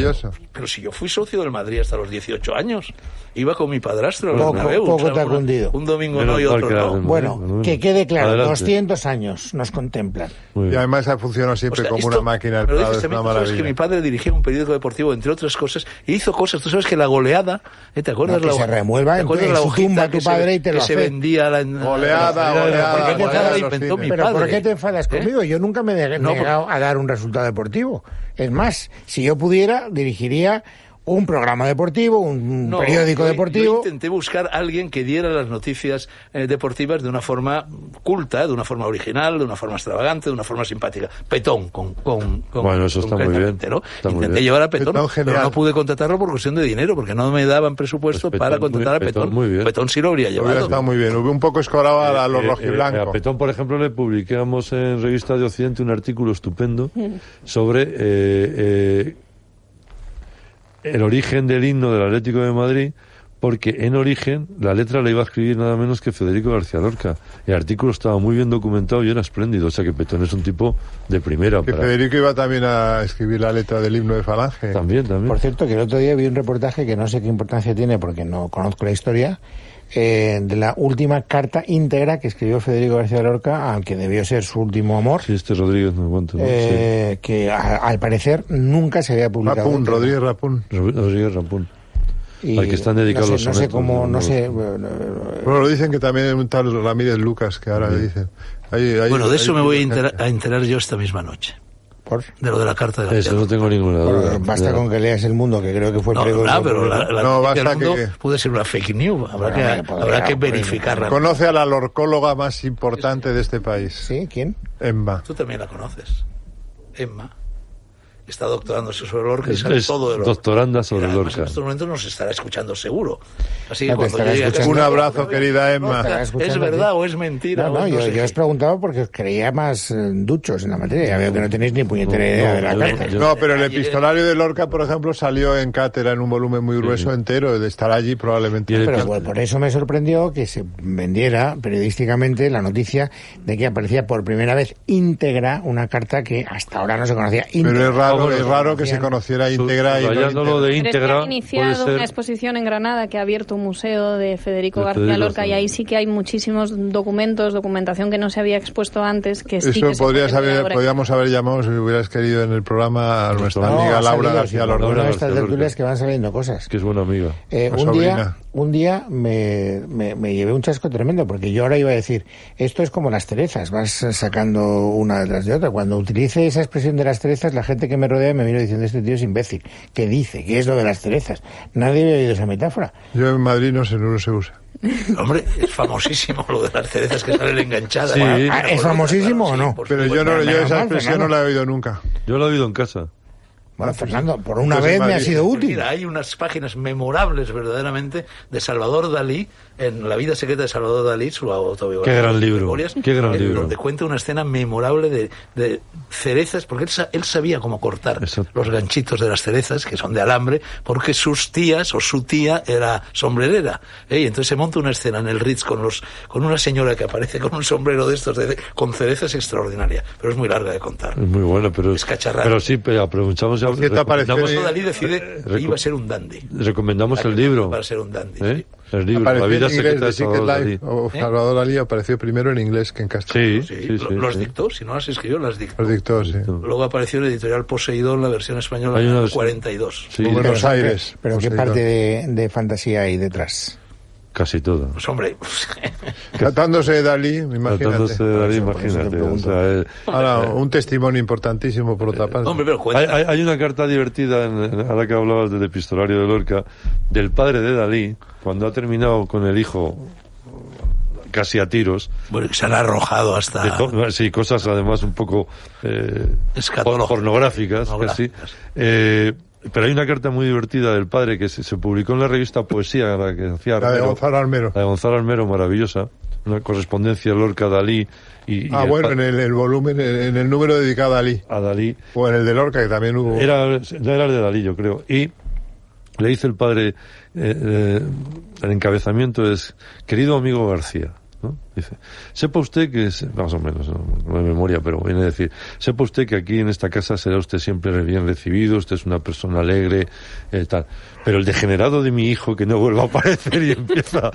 Speaker 4: Pero si yo fui socio del Madrid hasta los 18 años, iba con mi padrastro al
Speaker 2: Poco-
Speaker 4: Bernabéu,
Speaker 2: poco
Speaker 4: o sea,
Speaker 2: te ha
Speaker 4: una-
Speaker 2: cundido.
Speaker 4: Un domingo
Speaker 6: Menos
Speaker 4: no y
Speaker 6: mal
Speaker 4: otro
Speaker 6: que la-
Speaker 4: no.
Speaker 2: Bueno,
Speaker 6: Bueno,
Speaker 2: que quede claro,
Speaker 6: adelante.
Speaker 2: 200 años nos contemplan.
Speaker 6: Muy
Speaker 3: Y
Speaker 6: bien.
Speaker 3: además ha funcionado
Speaker 4: O
Speaker 3: siempre
Speaker 4: sea,
Speaker 3: como
Speaker 4: esto-
Speaker 3: una máquina. El
Speaker 4: me lo
Speaker 3: Prado,
Speaker 4: dices
Speaker 3: es una
Speaker 4: también, tú sabes
Speaker 3: maravilla.
Speaker 4: que mi padre dirigía un periódico deportivo, entre otras cosas, e hizo cosas. Tú sabes que la goleada, ¿eh? ¿te acuerdas?
Speaker 2: No, que
Speaker 4: la,
Speaker 2: se remuelva
Speaker 4: ¿te
Speaker 2: en-
Speaker 4: acuerdas
Speaker 2: en
Speaker 4: la
Speaker 2: su
Speaker 4: hojita
Speaker 2: tumba
Speaker 4: que
Speaker 2: tu
Speaker 4: se-
Speaker 2: padre y te lo
Speaker 4: que se
Speaker 2: hace?
Speaker 4: vendía la,
Speaker 3: Goleada,
Speaker 4: la- la-
Speaker 3: goleada,
Speaker 4: la- la goleada
Speaker 2: goleada
Speaker 4: la
Speaker 2: en los
Speaker 4: inventó mi
Speaker 3: cines.
Speaker 4: padre.
Speaker 2: Pero ¿por qué te enfadas
Speaker 4: ¿Eh?
Speaker 2: conmigo? Yo nunca me he neg-
Speaker 4: No, porque-
Speaker 2: negado a dar un resultado deportivo. Es más, si yo pudiera, dirigiría un programa deportivo, un
Speaker 4: No,
Speaker 2: periódico
Speaker 4: yo- Yo
Speaker 2: deportivo.
Speaker 4: intenté buscar a alguien que diera las noticias eh, deportivas de una forma culta, de una forma original, de una forma extravagante, de una forma simpática. Petón, con. con, con-
Speaker 6: Bueno, eso está muy
Speaker 4: concretamente,
Speaker 6: bien.
Speaker 4: ¿no?
Speaker 6: Está muy
Speaker 4: intenté
Speaker 6: bien.
Speaker 4: llevar a Petón,
Speaker 3: Petón
Speaker 4: pero
Speaker 3: genial.
Speaker 4: no pude contratarlo por cuestión de dinero, porque no me daban presupuesto
Speaker 6: Pues Petón,
Speaker 4: para contratar a
Speaker 6: muy-
Speaker 4: Petón.
Speaker 6: Petón, muy bien.
Speaker 4: sí lo habría
Speaker 3: Hubiera
Speaker 4: llevado.
Speaker 3: estado muy bien. Hubo un poco escorado a, a los
Speaker 6: Eh, eh,
Speaker 3: rojiblancos.
Speaker 6: a Petón, por ejemplo, le publicamos en Revista de Occidente un artículo estupendo
Speaker 2: Mm.
Speaker 6: sobre eh, eh, el origen del himno del Atlético de Madrid, porque en origen la letra la iba a escribir nada menos que Federico García Lorca. El artículo estaba muy bien documentado y era espléndido, o sea que Petón es un tipo de primera.
Speaker 3: Que
Speaker 6: para-
Speaker 3: Federico iba también a escribir la letra del himno de Falange.
Speaker 6: También, también.
Speaker 2: Por cierto, que el otro día vi un reportaje que no sé qué importancia tiene porque no conozco la historia, eh, de la última carta íntegra que escribió Federico García Lorca, al que debió ser su último amor,
Speaker 6: Sí, este Rodríguez no aguanto. ¿no?
Speaker 2: eh, que a- al parecer nunca se había publicado.
Speaker 3: Rapún,
Speaker 2: entera.
Speaker 3: Ah, Rodríguez Rapún.
Speaker 6: Sí. Ro- Rodríguez Rampón. al que están dedicados
Speaker 2: no
Speaker 6: los
Speaker 2: sé, no sé
Speaker 6: sonetos,
Speaker 2: cómo,
Speaker 6: ¿no?
Speaker 2: no sé, eh,
Speaker 3: Bueno, lo dicen que también es un tal Ramírez Lucas, que ahora le dicen. Hay- hay-
Speaker 4: Bueno, de eso
Speaker 3: hay-
Speaker 4: me voy a, entera- a enterar yo esta misma noche,
Speaker 2: por-
Speaker 4: de lo de la carta de García
Speaker 6: Eso no
Speaker 4: Lorca.
Speaker 6: tengo ninguna duda.
Speaker 2: por- basta con que leas El Mundo, que creo que fue...
Speaker 4: No,
Speaker 2: creo que
Speaker 4: no,
Speaker 2: fue-
Speaker 4: pero la, la
Speaker 3: No,
Speaker 4: noticia del
Speaker 3: basta
Speaker 4: mundo
Speaker 3: que-
Speaker 4: puede ser una fake news. Habrá
Speaker 2: Bueno,
Speaker 4: que,
Speaker 2: hombre, podría,
Speaker 4: habrá que
Speaker 2: hombre.
Speaker 4: verificarla.
Speaker 3: Conoce a la lorcóloga más importante de este país,
Speaker 2: ¿Sí? ¿Quién?
Speaker 3: Emma.
Speaker 4: Tú también la conoces, Emma. Está doctorándose sobre Lorca y
Speaker 6: Es,
Speaker 4: sabe
Speaker 6: es
Speaker 4: todo de Lorca.
Speaker 6: doctoranda sobre
Speaker 4: Mira, además,
Speaker 6: Lorca.
Speaker 4: En estos momentos nos estará escuchando seguro. Así que
Speaker 2: No, te
Speaker 4: cuando
Speaker 2: estará
Speaker 4: llegue a casa-
Speaker 2: escuchando.
Speaker 3: Un abrazo, querida Emma.
Speaker 2: Estará
Speaker 4: ¿Es
Speaker 2: escuchando,
Speaker 4: verdad
Speaker 2: sí.
Speaker 4: o es mentira?
Speaker 2: No,
Speaker 4: o
Speaker 2: no,
Speaker 4: no
Speaker 2: yo,
Speaker 4: sé
Speaker 2: yo
Speaker 4: qué?
Speaker 2: os preguntaba porque os creía más eh, duchos en la materia. Ya veo que no tenéis ni puñetera
Speaker 6: No,
Speaker 2: idea de la
Speaker 6: yo-
Speaker 2: carta.
Speaker 6: yo-
Speaker 3: No, pero el
Speaker 4: Ayer-
Speaker 3: epistolario de Lorca, por ejemplo, salió en cátedra en un volumen muy grueso entero. De estar allí probablemente.
Speaker 6: Y el-
Speaker 2: Pero bueno, por eso me sorprendió que se vendiera periodísticamente la noticia de que aparecía por primera vez íntegra una carta que hasta ahora no se conocía
Speaker 3: Pero
Speaker 2: íntegra.
Speaker 3: es raro,
Speaker 6: Ojo,
Speaker 3: es
Speaker 6: lo
Speaker 3: raro que se
Speaker 2: conocían.
Speaker 3: conociera íntegra y no íntegra.
Speaker 6: Subrayándolo de
Speaker 5: Pero es que
Speaker 6: íntegra
Speaker 5: han iniciado una
Speaker 6: puede ser
Speaker 5: exposición en Granada que ha abierto un museo de Federico
Speaker 6: De
Speaker 5: García
Speaker 6: Federico
Speaker 5: Lorca y
Speaker 6: García.
Speaker 5: ahí sí que hay muchísimos documentos, documentación que no se había expuesto antes, que
Speaker 3: Eso
Speaker 5: sí que se
Speaker 3: podrías
Speaker 5: puede ver
Speaker 3: haber,
Speaker 5: ahora.
Speaker 3: podríamos haber llamado, si hubieras querido, en el programa a nuestra
Speaker 6: No,
Speaker 3: amiga
Speaker 2: ha
Speaker 3: Laura
Speaker 2: salido,
Speaker 3: García
Speaker 2: sí,
Speaker 3: Lorca.
Speaker 2: una de
Speaker 6: Laura
Speaker 2: estas
Speaker 6: García
Speaker 2: tertulias
Speaker 6: Lorca.
Speaker 2: que van saliendo cosas.
Speaker 6: que es buena amiga.
Speaker 2: Eh,
Speaker 3: La
Speaker 2: un, día,
Speaker 3: sobrina.
Speaker 2: un día me, me- me llevé un chasco tremendo, porque yo ahora iba a decir, esto es como las cerezas, vas eh, sacando una detrás de otra. Cuando utilice esa expresión de las cerezas, la gente que me rodea me mira diciendo, este tío es imbécil. ¿Qué dice? ¿Qué es lo de las cerezas? Nadie había oído esa metáfora.
Speaker 3: Yo en Madrid no sé, no se usa.
Speaker 4: Hombre, es famosísimo lo de las cerezas que salen enganchadas.
Speaker 6: Sí.
Speaker 4: Bueno,
Speaker 6: Ah,
Speaker 2: ¿es
Speaker 4: claro,
Speaker 2: famosísimo o no?
Speaker 4: por
Speaker 3: Pero yo,
Speaker 4: supuesto.
Speaker 3: no, yo
Speaker 2: menos
Speaker 3: esa
Speaker 2: mal,
Speaker 3: expresión no
Speaker 2: Fernando.
Speaker 3: la he oído nunca.
Speaker 6: Yo lo he oído en casa.
Speaker 2: Bueno,
Speaker 4: Pues
Speaker 2: Fernando, por una
Speaker 3: Entonces,
Speaker 2: vez me ha
Speaker 3: Madrid.
Speaker 2: sido útil.
Speaker 4: Mira, hay unas páginas memorables verdaderamente de Salvador Dalí, en La vida secreta de Salvador Dalí, su autobiografía.
Speaker 6: Qué gran libro,
Speaker 4: Memorias,
Speaker 6: qué gran
Speaker 4: en
Speaker 6: libro.
Speaker 4: Donde cuenta una escena memorable de, de cerezas, porque él, sa- él sabía cómo cortar
Speaker 6: Exacto.
Speaker 4: los ganchitos de las cerezas, que son de alambre, porque sus tías o su tía era sombrerera. ¿eh? Y entonces se monta una escena en el Ritz con, los, con una señora que aparece con un sombrero de estos, de- con cerezas extraordinaria, pero es muy larga de contar.
Speaker 6: Es muy buena, pero.
Speaker 4: Es cacharrada.
Speaker 6: Pero sí, pero aprovechamos y
Speaker 3: Por cierto,
Speaker 6: recomendamos-
Speaker 4: Por
Speaker 3: apareció-
Speaker 4: eso Dalí decide que
Speaker 6: recu-
Speaker 4: iba a ser un dandy.
Speaker 6: Recomendamos el
Speaker 4: Para-
Speaker 6: libro.
Speaker 4: para ser un dandy,
Speaker 6: ¿Eh?
Speaker 4: sí.
Speaker 6: El libro, La
Speaker 3: Apareció
Speaker 6: vida
Speaker 3: en inglés,
Speaker 6: secreta
Speaker 3: The
Speaker 6: de
Speaker 3: Secret
Speaker 6: Salvador Dalí. ¿Eh?
Speaker 3: Life. O Salvador Dalí apareció primero en inglés que en castellano.
Speaker 6: Sí,
Speaker 4: Sí,
Speaker 6: sí, sí.
Speaker 4: lo- los
Speaker 6: sí.
Speaker 4: dictó, si no las escribió, las dictó.
Speaker 3: Los dictó, sí.
Speaker 4: Luego apareció el editorial Poseidón, la versión española
Speaker 6: Hay
Speaker 4: del
Speaker 6: una
Speaker 4: año
Speaker 6: versión-
Speaker 4: 42.
Speaker 6: Sí,
Speaker 3: Muy bueno. Buenos Aires,
Speaker 2: Pero ¿qué
Speaker 3: Poseidón.
Speaker 2: parte de, de fantasía hay detrás?
Speaker 6: casi todo.
Speaker 4: Pues hombre, [LAUGHS]
Speaker 3: Tratándose de Dalí,
Speaker 6: Tratándose
Speaker 3: imagínate.
Speaker 6: de Dalí,
Speaker 2: Por eso te
Speaker 6: imagínate. o
Speaker 2: pregunto.
Speaker 6: sea, eh,
Speaker 3: Ahora, un testimonio importantísimo por otra parte.
Speaker 4: hombre, pero
Speaker 6: hay,
Speaker 4: cuenta.
Speaker 6: hay- hay una carta divertida, en- en- ahora que hablabas del epistolario de Lorca, del padre de Dalí, cuando ha terminado con el hijo casi a tiros,
Speaker 4: Bueno, que se han arrojado
Speaker 6: De
Speaker 4: hasta...
Speaker 6: to- sí, cosas además un poco eh,
Speaker 4: Escatológicas.
Speaker 6: pornográficas, casi.
Speaker 4: Pornográficas.
Speaker 6: Eh, pero hay una carta muy divertida del padre que se, se publicó en la revista Poesía, la que hacía
Speaker 3: La de
Speaker 6: Armero.
Speaker 3: Gonzalo Almero.
Speaker 6: La de Gonzalo Almero, maravillosa. Una correspondencia Lorca Dalí y, y
Speaker 3: Ah,
Speaker 6: el
Speaker 3: bueno,
Speaker 6: pa-
Speaker 3: en el, el volumen, en en el número dedicado a Dalí.
Speaker 6: a Dalí.
Speaker 3: O en el de Lorca, que también hubo.
Speaker 6: Era, no era el de Dalí, yo creo. Y le dice el padre, eh, eh, el encabezamiento es, querido amigo García, ¿no? Dice, sepa usted que, es- más o menos, no, no de memoria, pero viene a decir, sepa usted que aquí en esta casa será usted siempre bien recibido, usted es una persona alegre, eh, tal. Pero el degenerado de mi hijo que no vuelva a aparecer y [LAUGHS] empieza,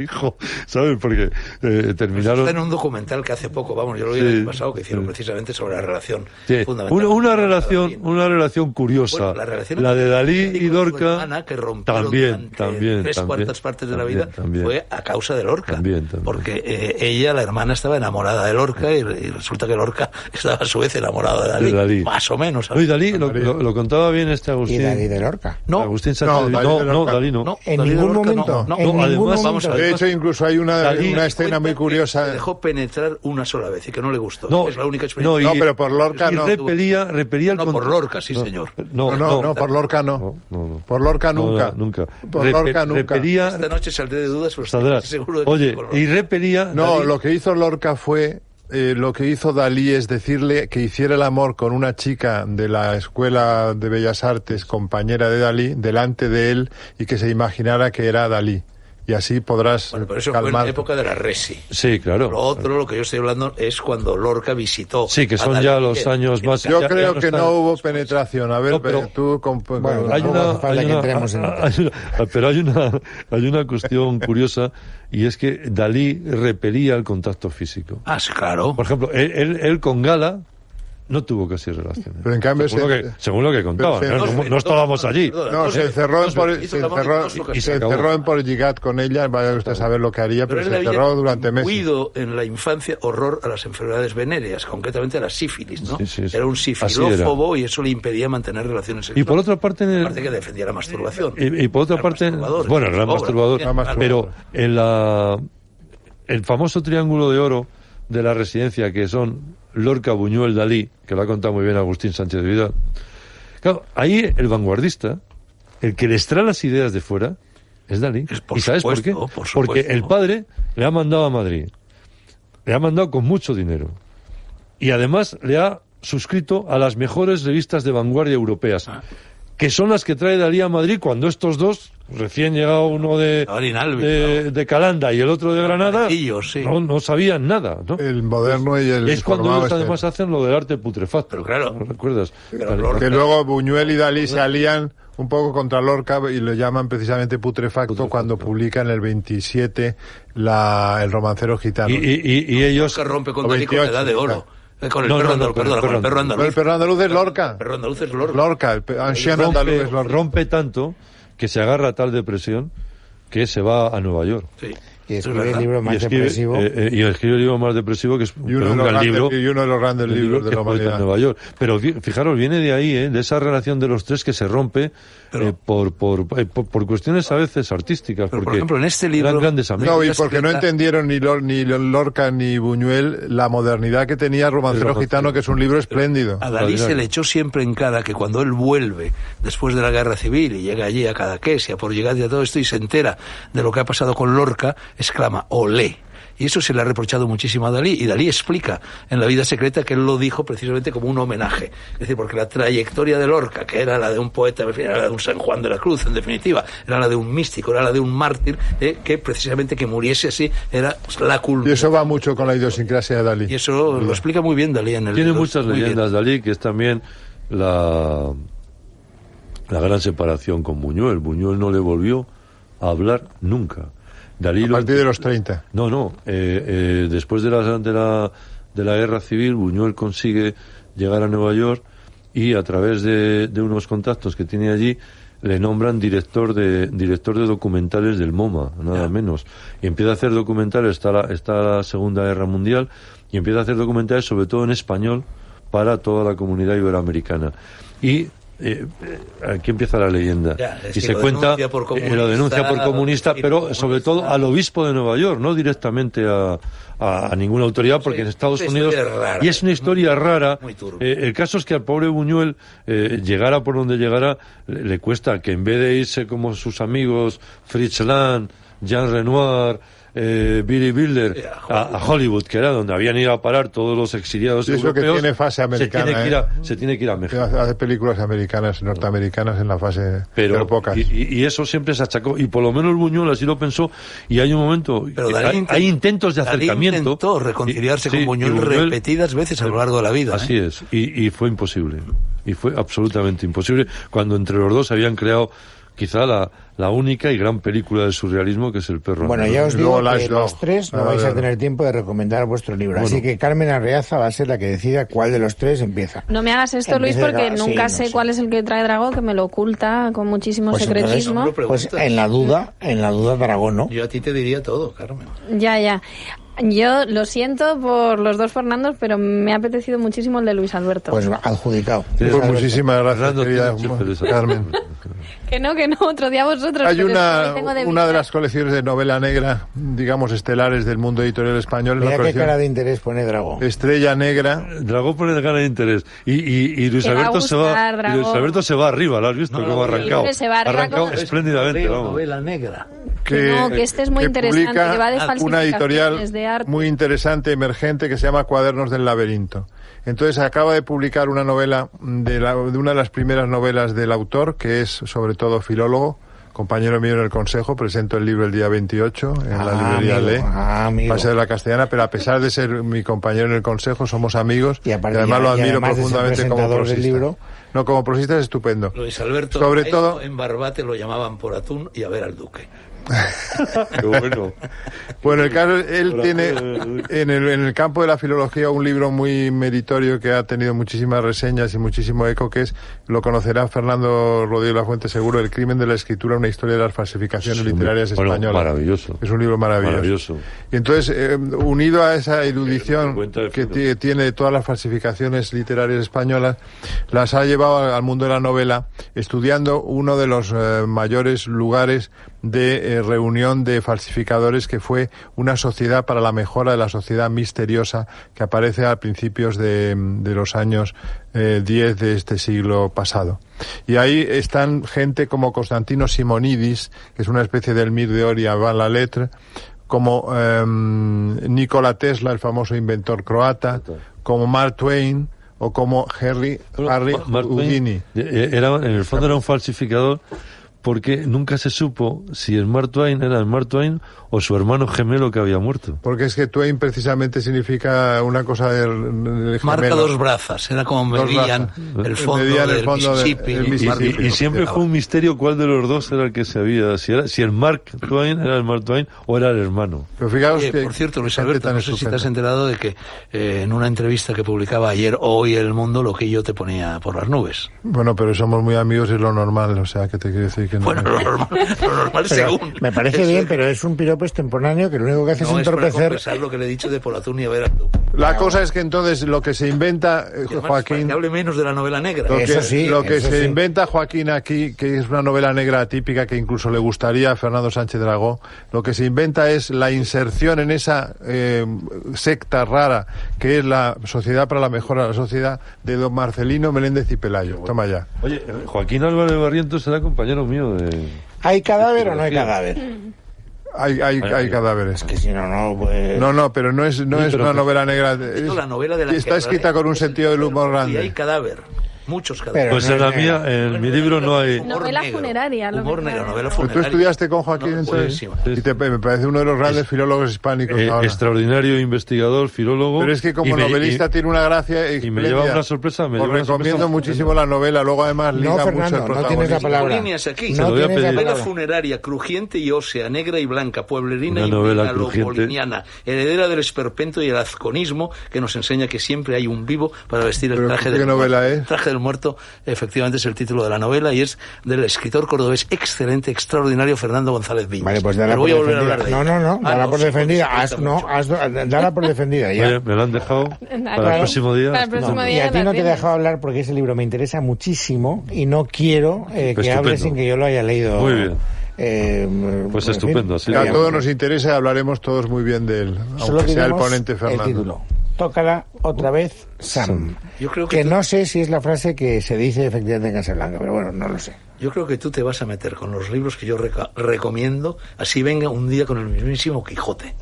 Speaker 6: hijo, ¿sabes? Porque eh, terminaron...
Speaker 4: Pues Está en un documental que hace poco, vamos, yo lo vi
Speaker 6: Sí,
Speaker 4: el año pasado, que hicieron
Speaker 6: sí.
Speaker 4: precisamente sobre la relación
Speaker 6: Sí,
Speaker 4: fundamental.
Speaker 6: una, una relación
Speaker 4: Bueno,
Speaker 6: una relación curiosa
Speaker 4: la, relación
Speaker 6: la de Dalí
Speaker 4: con
Speaker 6: y Lorca
Speaker 4: Ana, que rompieron
Speaker 6: también
Speaker 4: durante
Speaker 6: también
Speaker 4: tres
Speaker 6: también,
Speaker 4: cuartas partes de la
Speaker 6: también,
Speaker 4: vida
Speaker 6: también.
Speaker 4: fue a causa de Lorca
Speaker 6: También, también.
Speaker 4: porque eh, ella la hermana estaba enamorada de Lorca y, y resulta que Lorca [LAUGHS] estaba a su vez enamorada de Dalí,
Speaker 6: De Dalí.
Speaker 4: más o menos
Speaker 6: No, y Dalí lo, lo- lo contaba bien este
Speaker 2: Y
Speaker 6: Agustín
Speaker 2: Dalí de Lorca.
Speaker 4: no
Speaker 6: Agustín Sánchez
Speaker 3: No,
Speaker 6: de-
Speaker 3: Dalí
Speaker 6: no
Speaker 3: de
Speaker 6: no,
Speaker 3: Lorca.
Speaker 6: Dalí no,
Speaker 4: no,
Speaker 2: En
Speaker 4: Dalí de
Speaker 2: ningún
Speaker 4: Lorca no,
Speaker 2: momento,
Speaker 4: no,
Speaker 2: en
Speaker 4: no,
Speaker 2: ningún
Speaker 4: además,
Speaker 2: momento.
Speaker 4: vamos a
Speaker 3: De
Speaker 4: ver,
Speaker 3: hecho, incluso hay una,
Speaker 6: Dalí-
Speaker 3: una escena muy
Speaker 4: se
Speaker 3: curiosa.
Speaker 4: dejó penetrar una sola vez y que no le gustó
Speaker 6: No,
Speaker 4: es la única
Speaker 6: no,
Speaker 4: experiencia
Speaker 3: No, pero por Lorca
Speaker 6: y
Speaker 3: no.
Speaker 6: repelía repelía el
Speaker 4: No, por
Speaker 6: contra-
Speaker 4: Lorca, sí, señor.
Speaker 3: No,
Speaker 6: no
Speaker 3: no, no, por Lorca no.
Speaker 6: No, no, no.
Speaker 3: Por Lorca
Speaker 6: No,
Speaker 3: nunca.
Speaker 6: nunca
Speaker 3: Por
Speaker 6: Repe-
Speaker 3: Lorca nunca.
Speaker 6: repelía
Speaker 4: esta noche saldré de dudas pero estoy
Speaker 6: saldrá.
Speaker 4: seguro de que
Speaker 6: oye
Speaker 4: con Lorca.
Speaker 6: y repelía
Speaker 3: No,
Speaker 6: Dalí-
Speaker 3: lo que hizo Lorca fue eh, lo que hizo Dalí es decirle que hiciera el amor con una chica de la Escuela de Bellas Artes, compañera de Dalí, delante de él y que se imaginara que era Dalí. Y así podrás
Speaker 4: Bueno, pero eso fue en
Speaker 3: calmar.
Speaker 4: la época de la Resi.
Speaker 6: Sí, claro.
Speaker 4: Lo otro, lo que yo estoy hablando, es cuando Lorca visitó.
Speaker 6: Sí, que
Speaker 4: a
Speaker 6: son
Speaker 4: Dalí,
Speaker 6: ya los
Speaker 4: que-
Speaker 6: años
Speaker 4: que-
Speaker 6: más-
Speaker 3: Yo
Speaker 6: Ya- ya
Speaker 3: creo
Speaker 6: no
Speaker 3: que
Speaker 6: están-
Speaker 3: no hubo penetración. A ver,
Speaker 6: No, pero-
Speaker 3: tú... comp-
Speaker 2: Bueno,
Speaker 3: con-
Speaker 6: hay
Speaker 2: Tampoco
Speaker 6: una,
Speaker 2: hace falta que
Speaker 6: hay una-
Speaker 2: entremos en-
Speaker 6: [LAUGHS] hay una- pero hay una, hay una cuestión curiosa y es que Dalí repelía el contacto físico.
Speaker 4: Ah, sí, claro.
Speaker 6: Por ejemplo, él, él- él con Gala no tuvo casi relaciones.
Speaker 3: Pero en cambio
Speaker 6: según,
Speaker 3: se-
Speaker 6: lo que, según lo que contaban,
Speaker 3: se-
Speaker 6: no,
Speaker 3: no,
Speaker 6: No- no estábamos allí.
Speaker 4: perdona,
Speaker 3: No, se encerró, en
Speaker 4: entonces,
Speaker 3: por,
Speaker 4: hizo
Speaker 3: se
Speaker 4: la mano
Speaker 3: encerró,
Speaker 4: y todo lo que
Speaker 6: y
Speaker 3: se
Speaker 4: sea.
Speaker 6: acabó.
Speaker 3: encerró en Porligat con ella, vaya usted a saber lo que
Speaker 6: Ah,
Speaker 3: haría, pero,
Speaker 4: Pero él
Speaker 3: se
Speaker 4: había
Speaker 3: encerró durante meses.
Speaker 4: imbuido en la infancia horror a las enfermedades venéreas, concretamente a la sífilis, ¿no?
Speaker 6: Sí, sí, sí.
Speaker 4: Era un
Speaker 6: Así era.
Speaker 4: sifilófobo y eso le impedía mantener relaciones sexuales.
Speaker 6: Y por otra parte, en el-
Speaker 4: Aparte que defendía la masturbación.
Speaker 6: Y, y por otra
Speaker 4: Era
Speaker 6: parte,
Speaker 4: masturbador,
Speaker 6: bueno, el gran
Speaker 4: obra,
Speaker 6: masturbador,
Speaker 4: bien,
Speaker 3: Gran
Speaker 6: pero
Speaker 3: masturbador.
Speaker 6: en la, el famoso triángulo de oro de la residencia que son Lorca, Buñuel, Dalí, que lo ha contado muy bien Agustín Sánchez Vidal. Claro, ahí el vanguardista, el que les trae las ideas de fuera, es Dalí.
Speaker 4: Es por
Speaker 6: ¿Y sabes
Speaker 4: supuesto,
Speaker 6: por qué?
Speaker 4: por
Speaker 6: Porque
Speaker 4: supuesto.
Speaker 6: el padre le ha mandado a Madrid. Le ha mandado con mucho dinero. Y además le ha suscrito a las mejores revistas de vanguardia europeas,
Speaker 4: Ah.
Speaker 6: que son las que trae Dalí a Madrid cuando estos dos, recién llegado uno de,
Speaker 4: Ahora Inalvi,
Speaker 6: de, de Calanda y el otro de Granada,
Speaker 4: Ellos, sí.
Speaker 6: no, no sabían nada. ¿no?
Speaker 3: El moderno y el
Speaker 6: es cuando ellos
Speaker 3: formado este.
Speaker 6: además hacen lo del arte putrefacto.
Speaker 4: Pero claro.
Speaker 6: ¿No recuerdas?
Speaker 4: Pero
Speaker 6: Tal-
Speaker 4: Lorca-
Speaker 3: Que luego Buñuel y Dalí se alían un poco contra Lorca y lo llaman precisamente putrefacto, cuando publican el 27 la, el romancero gitano.
Speaker 6: y, y- y- y ellos...
Speaker 4: que rompe con
Speaker 3: O
Speaker 4: Dalí con la
Speaker 3: 28,
Speaker 4: edad de oro. Eh, Con el
Speaker 6: No,
Speaker 4: perro
Speaker 6: no, no,
Speaker 4: andaluz,
Speaker 6: con el
Speaker 4: perdona, con el
Speaker 6: perro
Speaker 4: perro
Speaker 3: Pero el
Speaker 4: andaluz.
Speaker 3: perro andaluz es Lorca.
Speaker 4: El perro andaluz es Lorca.
Speaker 3: Lorca, el pe- anciano andaluz
Speaker 6: rompe,
Speaker 3: es Lorca.
Speaker 6: rompe tanto que se agarra a tal depresión que se va a Nueva York.
Speaker 4: Sí.
Speaker 2: Y
Speaker 4: Es
Speaker 2: escribe el
Speaker 4: verdad.
Speaker 2: libro más
Speaker 6: y, escribe,
Speaker 2: depresivo.
Speaker 6: eh, eh, y escribe el libro más depresivo, que es
Speaker 3: Y uno,
Speaker 6: pero
Speaker 3: de
Speaker 6: un
Speaker 3: los
Speaker 6: gran
Speaker 3: grandes,
Speaker 6: libro.
Speaker 3: y uno de los grandes
Speaker 6: el libro
Speaker 3: libros de
Speaker 6: que
Speaker 3: la
Speaker 6: es Poeta en
Speaker 3: humanidad.
Speaker 6: Nueva York. Pero vi- fijaros, viene de ahí, ¿eh? de esa relación de los tres que se rompe eh, por, por, eh, por, por cuestiones a veces artísticas.
Speaker 4: Pero, por
Speaker 6: porque
Speaker 4: ejemplo, en este libro-
Speaker 6: Eran grandes amigos.
Speaker 3: No, y
Speaker 4: Mira,
Speaker 3: porque no
Speaker 4: escrita-
Speaker 3: entendieron ni, Lor- ni Lorca ni Buñuel la modernidad que tenía Romancero
Speaker 6: Romancero.
Speaker 3: Gitano, que es un libro espléndido.
Speaker 4: A Dalí se
Speaker 6: Extraordinario.
Speaker 4: le echó siempre en cara que cuando él vuelve después de la guerra civil y llega allí a Cadaqués y a por llegar y a todo esto y se entera de lo que ha pasado con Lorca, exclama, olé. Y eso se le ha reprochado muchísimo a Dalí. Y Dalí explica en La vida secreta que él lo dijo precisamente como un homenaje. Es decir, porque la trayectoria de Lorca, que era la de un poeta, en fin, era la de un San Juan de la Cruz, en definitiva, era la de un místico, era la de un mártir, eh, que precisamente que muriese así era la culpa.
Speaker 3: Y eso va mucho con la idiosincrasia de Dalí.
Speaker 4: Y eso lo explica muy bien Dalí en el
Speaker 6: Tiene
Speaker 4: libro.
Speaker 6: muchas
Speaker 4: Muy bien.
Speaker 6: leyendas Dalí, que es también la, la gran separación con Buñuel. Buñuel no le volvió a hablar nunca. Dalí
Speaker 3: A
Speaker 6: lo
Speaker 3: partir de los 30.
Speaker 6: No, no. eh, eh, después de la, de, la, de la guerra civil, Buñuel consigue llegar a Nueva York y a través de, de unos contactos que tiene allí le nombran director de director de documentales del MoMA, nada menos. Y empieza a hacer documentales, está la, está la Segunda Guerra Mundial, y empieza a hacer documentales sobre todo en español para toda la comunidad iberoamericana. Y eh, eh, aquí empieza la leyenda.
Speaker 4: Ya, es
Speaker 6: y
Speaker 4: que
Speaker 6: se
Speaker 4: lo
Speaker 6: cuenta,
Speaker 4: denuncia por
Speaker 6: eh, lo denuncia por
Speaker 4: comunista,
Speaker 6: comunista,
Speaker 4: lo denuncia
Speaker 6: pero
Speaker 4: por
Speaker 6: sobre todo
Speaker 4: comunista.
Speaker 6: al obispo de Nueva York, no directamente a, a- a ninguna autoridad, porque en Estados
Speaker 4: es una
Speaker 6: Unidos.
Speaker 4: historia rara.
Speaker 6: y es una historia rara.
Speaker 4: muy turbia.
Speaker 6: Eh, el caso es que al pobre Buñuel, eh, llegara por donde llegara, le, le cuesta que en vez de irse como sus amigos Fritz Lang, Jean Renoir, eh, Billy Wilder
Speaker 4: Eh, a
Speaker 6: a, a Hollywood, que era donde habían ido a parar todos los exiliados
Speaker 3: Y eso que
Speaker 6: europeos,
Speaker 3: tiene fase americana,
Speaker 6: se tiene, que
Speaker 3: ¿eh?
Speaker 6: ir a, se tiene que ir a
Speaker 3: Que
Speaker 6: México.
Speaker 3: hace hace películas americanas, norteamericanas en la fase. Pero,
Speaker 6: Pero,
Speaker 3: pocas.
Speaker 6: Y, y- y eso siempre se achacó. Y por lo menos Buñuel así lo pensó. Y hay un momento.
Speaker 4: Pero
Speaker 6: que
Speaker 4: Dalí
Speaker 6: hay,
Speaker 4: intent-
Speaker 6: hay intentos de
Speaker 4: Dalí
Speaker 6: acercamiento.
Speaker 4: intentó reconciliarse
Speaker 6: Y-
Speaker 4: con
Speaker 6: sí,
Speaker 4: Buñuel,
Speaker 6: y
Speaker 4: repetidas veces a lo largo de la vida.
Speaker 6: Así
Speaker 4: ¿eh?
Speaker 6: es. Y, y fue imposible. Y fue absolutamente imposible. Cuando entre los dos habían creado quizá la, la única y gran película de surrealismo que es El perro.
Speaker 2: Bueno,
Speaker 6: andaluz.
Speaker 2: ya os
Speaker 3: Y
Speaker 2: digo
Speaker 3: luego Last
Speaker 2: que
Speaker 3: Love.
Speaker 2: los tres no
Speaker 3: Ah,
Speaker 2: vais a
Speaker 3: claro.
Speaker 2: tener tiempo de recomendar vuestro libro. Así
Speaker 6: Bueno.
Speaker 2: que Carmen Arreaza va a ser la que decida cuál de los tres empieza.
Speaker 5: No me hagas esto,
Speaker 2: En vez
Speaker 5: Luis,
Speaker 2: de
Speaker 5: porque
Speaker 2: dra- sí,
Speaker 5: nunca
Speaker 2: no
Speaker 5: sé
Speaker 2: sé.
Speaker 5: cuál es el que trae Dragón, que me lo oculta con muchísimo
Speaker 2: Pues entonces,
Speaker 5: secretismo.
Speaker 4: hombre,
Speaker 2: Pues
Speaker 4: preguntas.
Speaker 2: en la duda, en la duda Dragón, ¿no?
Speaker 4: Yo a ti te diría todo, Carmen.
Speaker 5: Ya, ya. Yo lo siento por los dos Fernandos, pero me ha apetecido muchísimo el de Luis Alberto.
Speaker 2: Pues adjudicado.
Speaker 6: Sí,
Speaker 3: Pues
Speaker 2: Luis Alberto.
Speaker 3: muchísimas gracias,
Speaker 6: Fernando,
Speaker 3: querida
Speaker 6: tienes que feliz-
Speaker 3: Carmen.
Speaker 5: Que no, que no, otro día vosotros.
Speaker 3: Hay
Speaker 5: pero es que
Speaker 3: una,
Speaker 5: hoy tengo de
Speaker 3: una de
Speaker 5: vida.
Speaker 3: las colecciones de novela negra, digamos, estelares del mundo editorial español. es la
Speaker 2: Mira qué cara
Speaker 3: colección
Speaker 2: de interés pone Dragón.
Speaker 3: Estrella Negra.
Speaker 6: Dragó pone gana de interés. Y, y, y Luis
Speaker 5: Te va a
Speaker 6: Alberto se va.
Speaker 5: gustar,
Speaker 6: y Luis
Speaker 5: Dragó.
Speaker 6: Alberto se va arriba, ¿lo has visto?
Speaker 4: No,
Speaker 6: cómo ha
Speaker 4: no,
Speaker 6: arrancado.
Speaker 5: siempre se va
Speaker 6: ha
Speaker 5: arriba
Speaker 6: arrancado
Speaker 5: con-
Speaker 6: espléndidamente,
Speaker 4: Creo,
Speaker 6: vamos.
Speaker 4: novela negra.
Speaker 5: Que no, que este es muy interesante,
Speaker 3: publica
Speaker 5: que va de
Speaker 3: una
Speaker 5: falsificaciones
Speaker 3: editorial
Speaker 5: de arte.
Speaker 3: muy interesante, emergente, que se llama Cuadernos del Laberinto. Entonces acaba de publicar una novela, de, la- de una de las primeras novelas del autor, que es sobre todo filólogo, compañero mío en el Consejo, presento el libro el día 28 en la
Speaker 2: Ah,
Speaker 3: librería
Speaker 2: amigo,
Speaker 3: Le,
Speaker 2: ah, amigo.
Speaker 3: Paseo de la Castellana, pero a pesar de ser mi compañero en el Consejo, somos amigos y,
Speaker 2: Y aparte-
Speaker 3: además
Speaker 2: y
Speaker 3: lo admiro
Speaker 2: además de ser
Speaker 3: profundamente como
Speaker 2: presentador del
Speaker 3: prosista.
Speaker 2: libro.
Speaker 3: No, como prosista es estupendo.
Speaker 4: Luis Alberto,
Speaker 3: Sobre
Speaker 4: a esto
Speaker 3: todo,
Speaker 4: en Barbate lo llamaban por atún y a ver al duque.
Speaker 6: Qué bueno.
Speaker 3: Bueno, el caso, él
Speaker 6: Hola.
Speaker 3: tiene
Speaker 6: eh,
Speaker 3: en el, en el campo de la filología un libro muy meritorio que ha tenido muchísimas reseñas y muchísimo eco, que es, lo conocerá Fernando Rodríguez La Fuente seguro, El crimen de la escritura, una historia de las falsificaciones
Speaker 6: Sí,
Speaker 3: literarias
Speaker 6: bueno,
Speaker 3: españolas.
Speaker 6: maravilloso.
Speaker 3: Es un libro maravilloso.
Speaker 6: Maravilloso.
Speaker 3: Y entonces, eh, unido a esa
Speaker 6: me
Speaker 3: erudición
Speaker 6: cuenta de
Speaker 3: que
Speaker 6: filo.
Speaker 3: ti- tiene de todas las falsificaciones literarias españolas, las ha llevado al al mundo de la novela, estudiando uno de los eh, mayores lugares de eh, reunión de falsificadores, que fue una sociedad para la mejora de la sociedad misteriosa, que aparece a principios de, de los años eh, 10 de este siglo pasado. Y ahí están gente como Constantino Simonidis, que es una especie del Mir de Oria, va la letra, como eh, Nikola Tesla, el famoso inventor croata, como Mark Twain o como Harry, Harry
Speaker 6: Ma- Mark Twain,
Speaker 3: Houdini.
Speaker 6: eh, era- en el fondo era un falsificador porque nunca se supo si el Mark Twain era el Mark Twain o su hermano gemelo que había muerto.
Speaker 3: Porque es que Twain precisamente significa una cosa del... del
Speaker 4: Marca
Speaker 3: gemelo.
Speaker 4: dos brazas, era como
Speaker 3: Dos
Speaker 4: medían
Speaker 3: brazas. Eh,
Speaker 4: el fondo,
Speaker 3: Medían el
Speaker 4: del,
Speaker 3: fondo de-
Speaker 4: Mississippi,
Speaker 3: el
Speaker 6: Y, y-
Speaker 3: Mark
Speaker 6: y
Speaker 3: Twain.
Speaker 6: siempre fue un misterio cuál de los dos era el que se había, si, era, si el Mark Twain era el Mark Twain o era el hermano.
Speaker 3: Pero fijaos
Speaker 4: Oye,
Speaker 3: que-
Speaker 4: por cierto, Luis
Speaker 3: gente
Speaker 4: Alberto,
Speaker 3: tan
Speaker 4: no sé si te has
Speaker 3: estupenda.
Speaker 4: enterado de que eh, en una entrevista que publicaba ayer o hoy El Mundo, lo que yo te ponía por las nubes.
Speaker 3: Bueno, pero somos muy amigos y es lo normal, o sea, que te quiero decir que no...
Speaker 4: Bueno, lo normal, lo normal
Speaker 2: Pero
Speaker 4: según.
Speaker 2: me parece
Speaker 4: Eso
Speaker 2: bien,
Speaker 4: es-
Speaker 2: pero es un piropo extemporáneo que lo único que hace
Speaker 4: No
Speaker 2: es
Speaker 4: es para
Speaker 2: entorpecer.
Speaker 4: compensar lo que le he dicho de por atún y a ver al duque.
Speaker 3: La cosa es que entonces lo que se inventa, eh,
Speaker 4: Y además, para
Speaker 3: Joaquín...
Speaker 4: que hable menos de la novela negra.
Speaker 3: Lo que,
Speaker 2: Eso sí,
Speaker 3: lo que
Speaker 2: eso
Speaker 3: se
Speaker 2: sí.
Speaker 3: inventa Joaquín aquí, que es una novela negra típica que incluso le gustaría a Fernando Sánchez Dragó, lo que se inventa es la inserción en esa eh, secta rara que es la Sociedad para la Mejora de la Sociedad de don Marcelino Meléndez y Pelayo. Toma ya.
Speaker 6: Oye, eh, Joaquín Álvarez Barrientos era compañero mío de...
Speaker 2: ¿Hay cadáver o no hay cadáver?
Speaker 3: Hay, hay, hay cadáveres.
Speaker 2: Que si no, no, pues.
Speaker 3: No, no, pero no es, no
Speaker 6: Sí,
Speaker 3: es
Speaker 6: pero
Speaker 3: una
Speaker 6: que-
Speaker 3: novela negra.
Speaker 4: De hecho,
Speaker 3: es-
Speaker 4: la novela de la
Speaker 3: está
Speaker 4: que
Speaker 3: escrita con un
Speaker 4: es
Speaker 3: sentido del humor
Speaker 4: Y hay
Speaker 3: grande.
Speaker 4: cadáver, muchos
Speaker 2: Pero
Speaker 4: cadáveres.
Speaker 6: Pues
Speaker 2: no
Speaker 6: en
Speaker 2: es
Speaker 6: la
Speaker 2: negra.
Speaker 6: mía, en mi libro no hay...
Speaker 5: No. Novela funeraria, lo
Speaker 4: Humor
Speaker 5: que
Speaker 4: negro,
Speaker 5: pasa.
Speaker 4: novela
Speaker 5: Pero
Speaker 3: Pero
Speaker 4: funeraria.
Speaker 3: tú estudiaste con Joaquín
Speaker 4: No,
Speaker 3: entonces.
Speaker 4: buenísima.
Speaker 3: Y te- me parece uno de los grandes filólogos hispánicos
Speaker 6: Eh,
Speaker 3: ahora.
Speaker 6: extraordinario investigador, filólogo.
Speaker 3: Pero es que como
Speaker 6: y me- y-
Speaker 3: novelista tiene una gracia
Speaker 6: y me lleva
Speaker 3: espléndida.
Speaker 6: una sorpresa, me
Speaker 3: Os
Speaker 6: lleva una
Speaker 3: recomiendo
Speaker 6: sorpresa
Speaker 3: muchísimo la novela, luego además liga
Speaker 2: No,
Speaker 3: mucho el
Speaker 2: Fernando, no tienes
Speaker 3: protagonista.
Speaker 2: la palabra.
Speaker 4: Líneas aquí. Se
Speaker 2: No
Speaker 6: lo voy a
Speaker 2: tienes la
Speaker 6: pedir.
Speaker 4: Novela
Speaker 2: palabra.
Speaker 4: funeraria, crujiente y ósea, negra y blanca, pueblerina
Speaker 6: Una
Speaker 4: y
Speaker 6: novela crujiente.
Speaker 4: megalopoliniana, heredera del esperpento y el azconismo, que nos enseña que siempre hay un vivo para vestir el
Speaker 3: Pero,
Speaker 4: traje
Speaker 3: ¿qué
Speaker 4: del
Speaker 3: novela
Speaker 4: muerto.
Speaker 3: es?
Speaker 4: El traje del muerto, efectivamente, es el título de la novela y es del escritor cordobés excelente, extraordinario Fernando González Viñas.
Speaker 2: Vale, pues dala
Speaker 4: Pero
Speaker 2: por
Speaker 4: voy a volver a
Speaker 2: defendida.
Speaker 4: hablar de
Speaker 2: No,
Speaker 4: ella.
Speaker 2: no, no,
Speaker 4: Ah,
Speaker 2: dala por
Speaker 4: sí, porque
Speaker 2: defendida.
Speaker 4: se cuenta
Speaker 2: Haz- no,
Speaker 4: mucho.
Speaker 2: haz- dala por defendida ya.
Speaker 6: Oye, me la
Speaker 5: [LAUGHS]
Speaker 6: han dejado para
Speaker 5: Claro.
Speaker 6: el próximo día.
Speaker 5: Para el próximo
Speaker 6: Estupendo.
Speaker 5: día.
Speaker 2: Y a ti
Speaker 5: la
Speaker 2: no te he
Speaker 5: tienes.
Speaker 2: dejado hablar porque ese libro me interesa muchísimo y no quiero eh,
Speaker 6: Pues
Speaker 2: que hables
Speaker 6: estupendo.
Speaker 2: sin que yo lo haya leído.
Speaker 6: Muy bien.
Speaker 2: Eh,
Speaker 6: Pues
Speaker 2: en fin,
Speaker 6: estupendo, sí.
Speaker 3: Que a
Speaker 6: Ya,
Speaker 3: todos nos interesa, hablaremos todos muy bien de él,
Speaker 2: Solo
Speaker 3: aunque sea el
Speaker 2: diremos
Speaker 3: ponente Fernando.
Speaker 2: El título. Tócala otra vez, Sam.
Speaker 4: Yo creo que
Speaker 2: que
Speaker 4: tú-
Speaker 2: no sé si es la frase que se dice efectivamente en Casablanca, pero bueno, no lo sé.
Speaker 4: Yo creo que tú te vas a meter con los libros que yo reca- recomiendo, así venga un día con el mismísimo Quijote.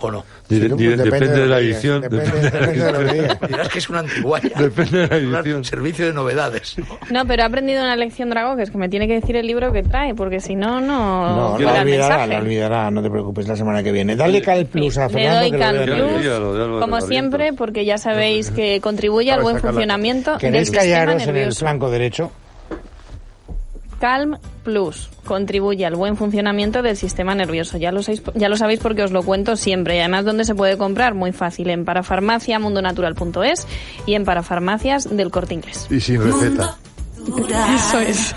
Speaker 4: ¿O no?
Speaker 6: Di-
Speaker 2: Sí,
Speaker 6: di-
Speaker 2: pues
Speaker 6: depende, de la
Speaker 2: lo que digas,
Speaker 6: edición.
Speaker 2: Depende,
Speaker 6: depende de la
Speaker 2: depende de lo que digas.
Speaker 4: Dirás que es una antigualla.
Speaker 6: Depende de la
Speaker 4: Un
Speaker 6: edición.
Speaker 4: Servicio de novedades.
Speaker 5: No, pero he aprendido una lección, Drago, que es que me tiene que decir el libro que trae, porque si no, no.
Speaker 2: No,
Speaker 5: llega
Speaker 2: la
Speaker 5: el
Speaker 2: olvidará,
Speaker 5: mensaje.
Speaker 2: la olvidará, no te preocupes, la semana que viene. Dale Cal Plus a
Speaker 5: Le
Speaker 2: Fernando
Speaker 5: doy
Speaker 2: que lo
Speaker 5: Cal
Speaker 2: vea
Speaker 6: edición.
Speaker 2: también.
Speaker 5: Plus.
Speaker 6: Ya, lo de Álvaro
Speaker 5: Como
Speaker 6: Barrientos.
Speaker 5: siempre, porque ya sabéis que contribuye
Speaker 3: Acaba
Speaker 5: al
Speaker 3: de
Speaker 5: buen
Speaker 3: sacar la-
Speaker 5: funcionamiento del
Speaker 2: ¿Queréis
Speaker 5: sistema
Speaker 2: callaros en el
Speaker 5: nervioso.
Speaker 2: flanco derecho?
Speaker 5: Calm Plus contribuye al buen funcionamiento del sistema nervioso. Ya lo, sabéis, ya lo sabéis porque os lo cuento siempre. Y además, ¿dónde se puede comprar? Muy fácil, en parafarmacia mundonatural.es y en parafarmacias del corte inglés.
Speaker 3: Y sin receta.
Speaker 5: Eso es.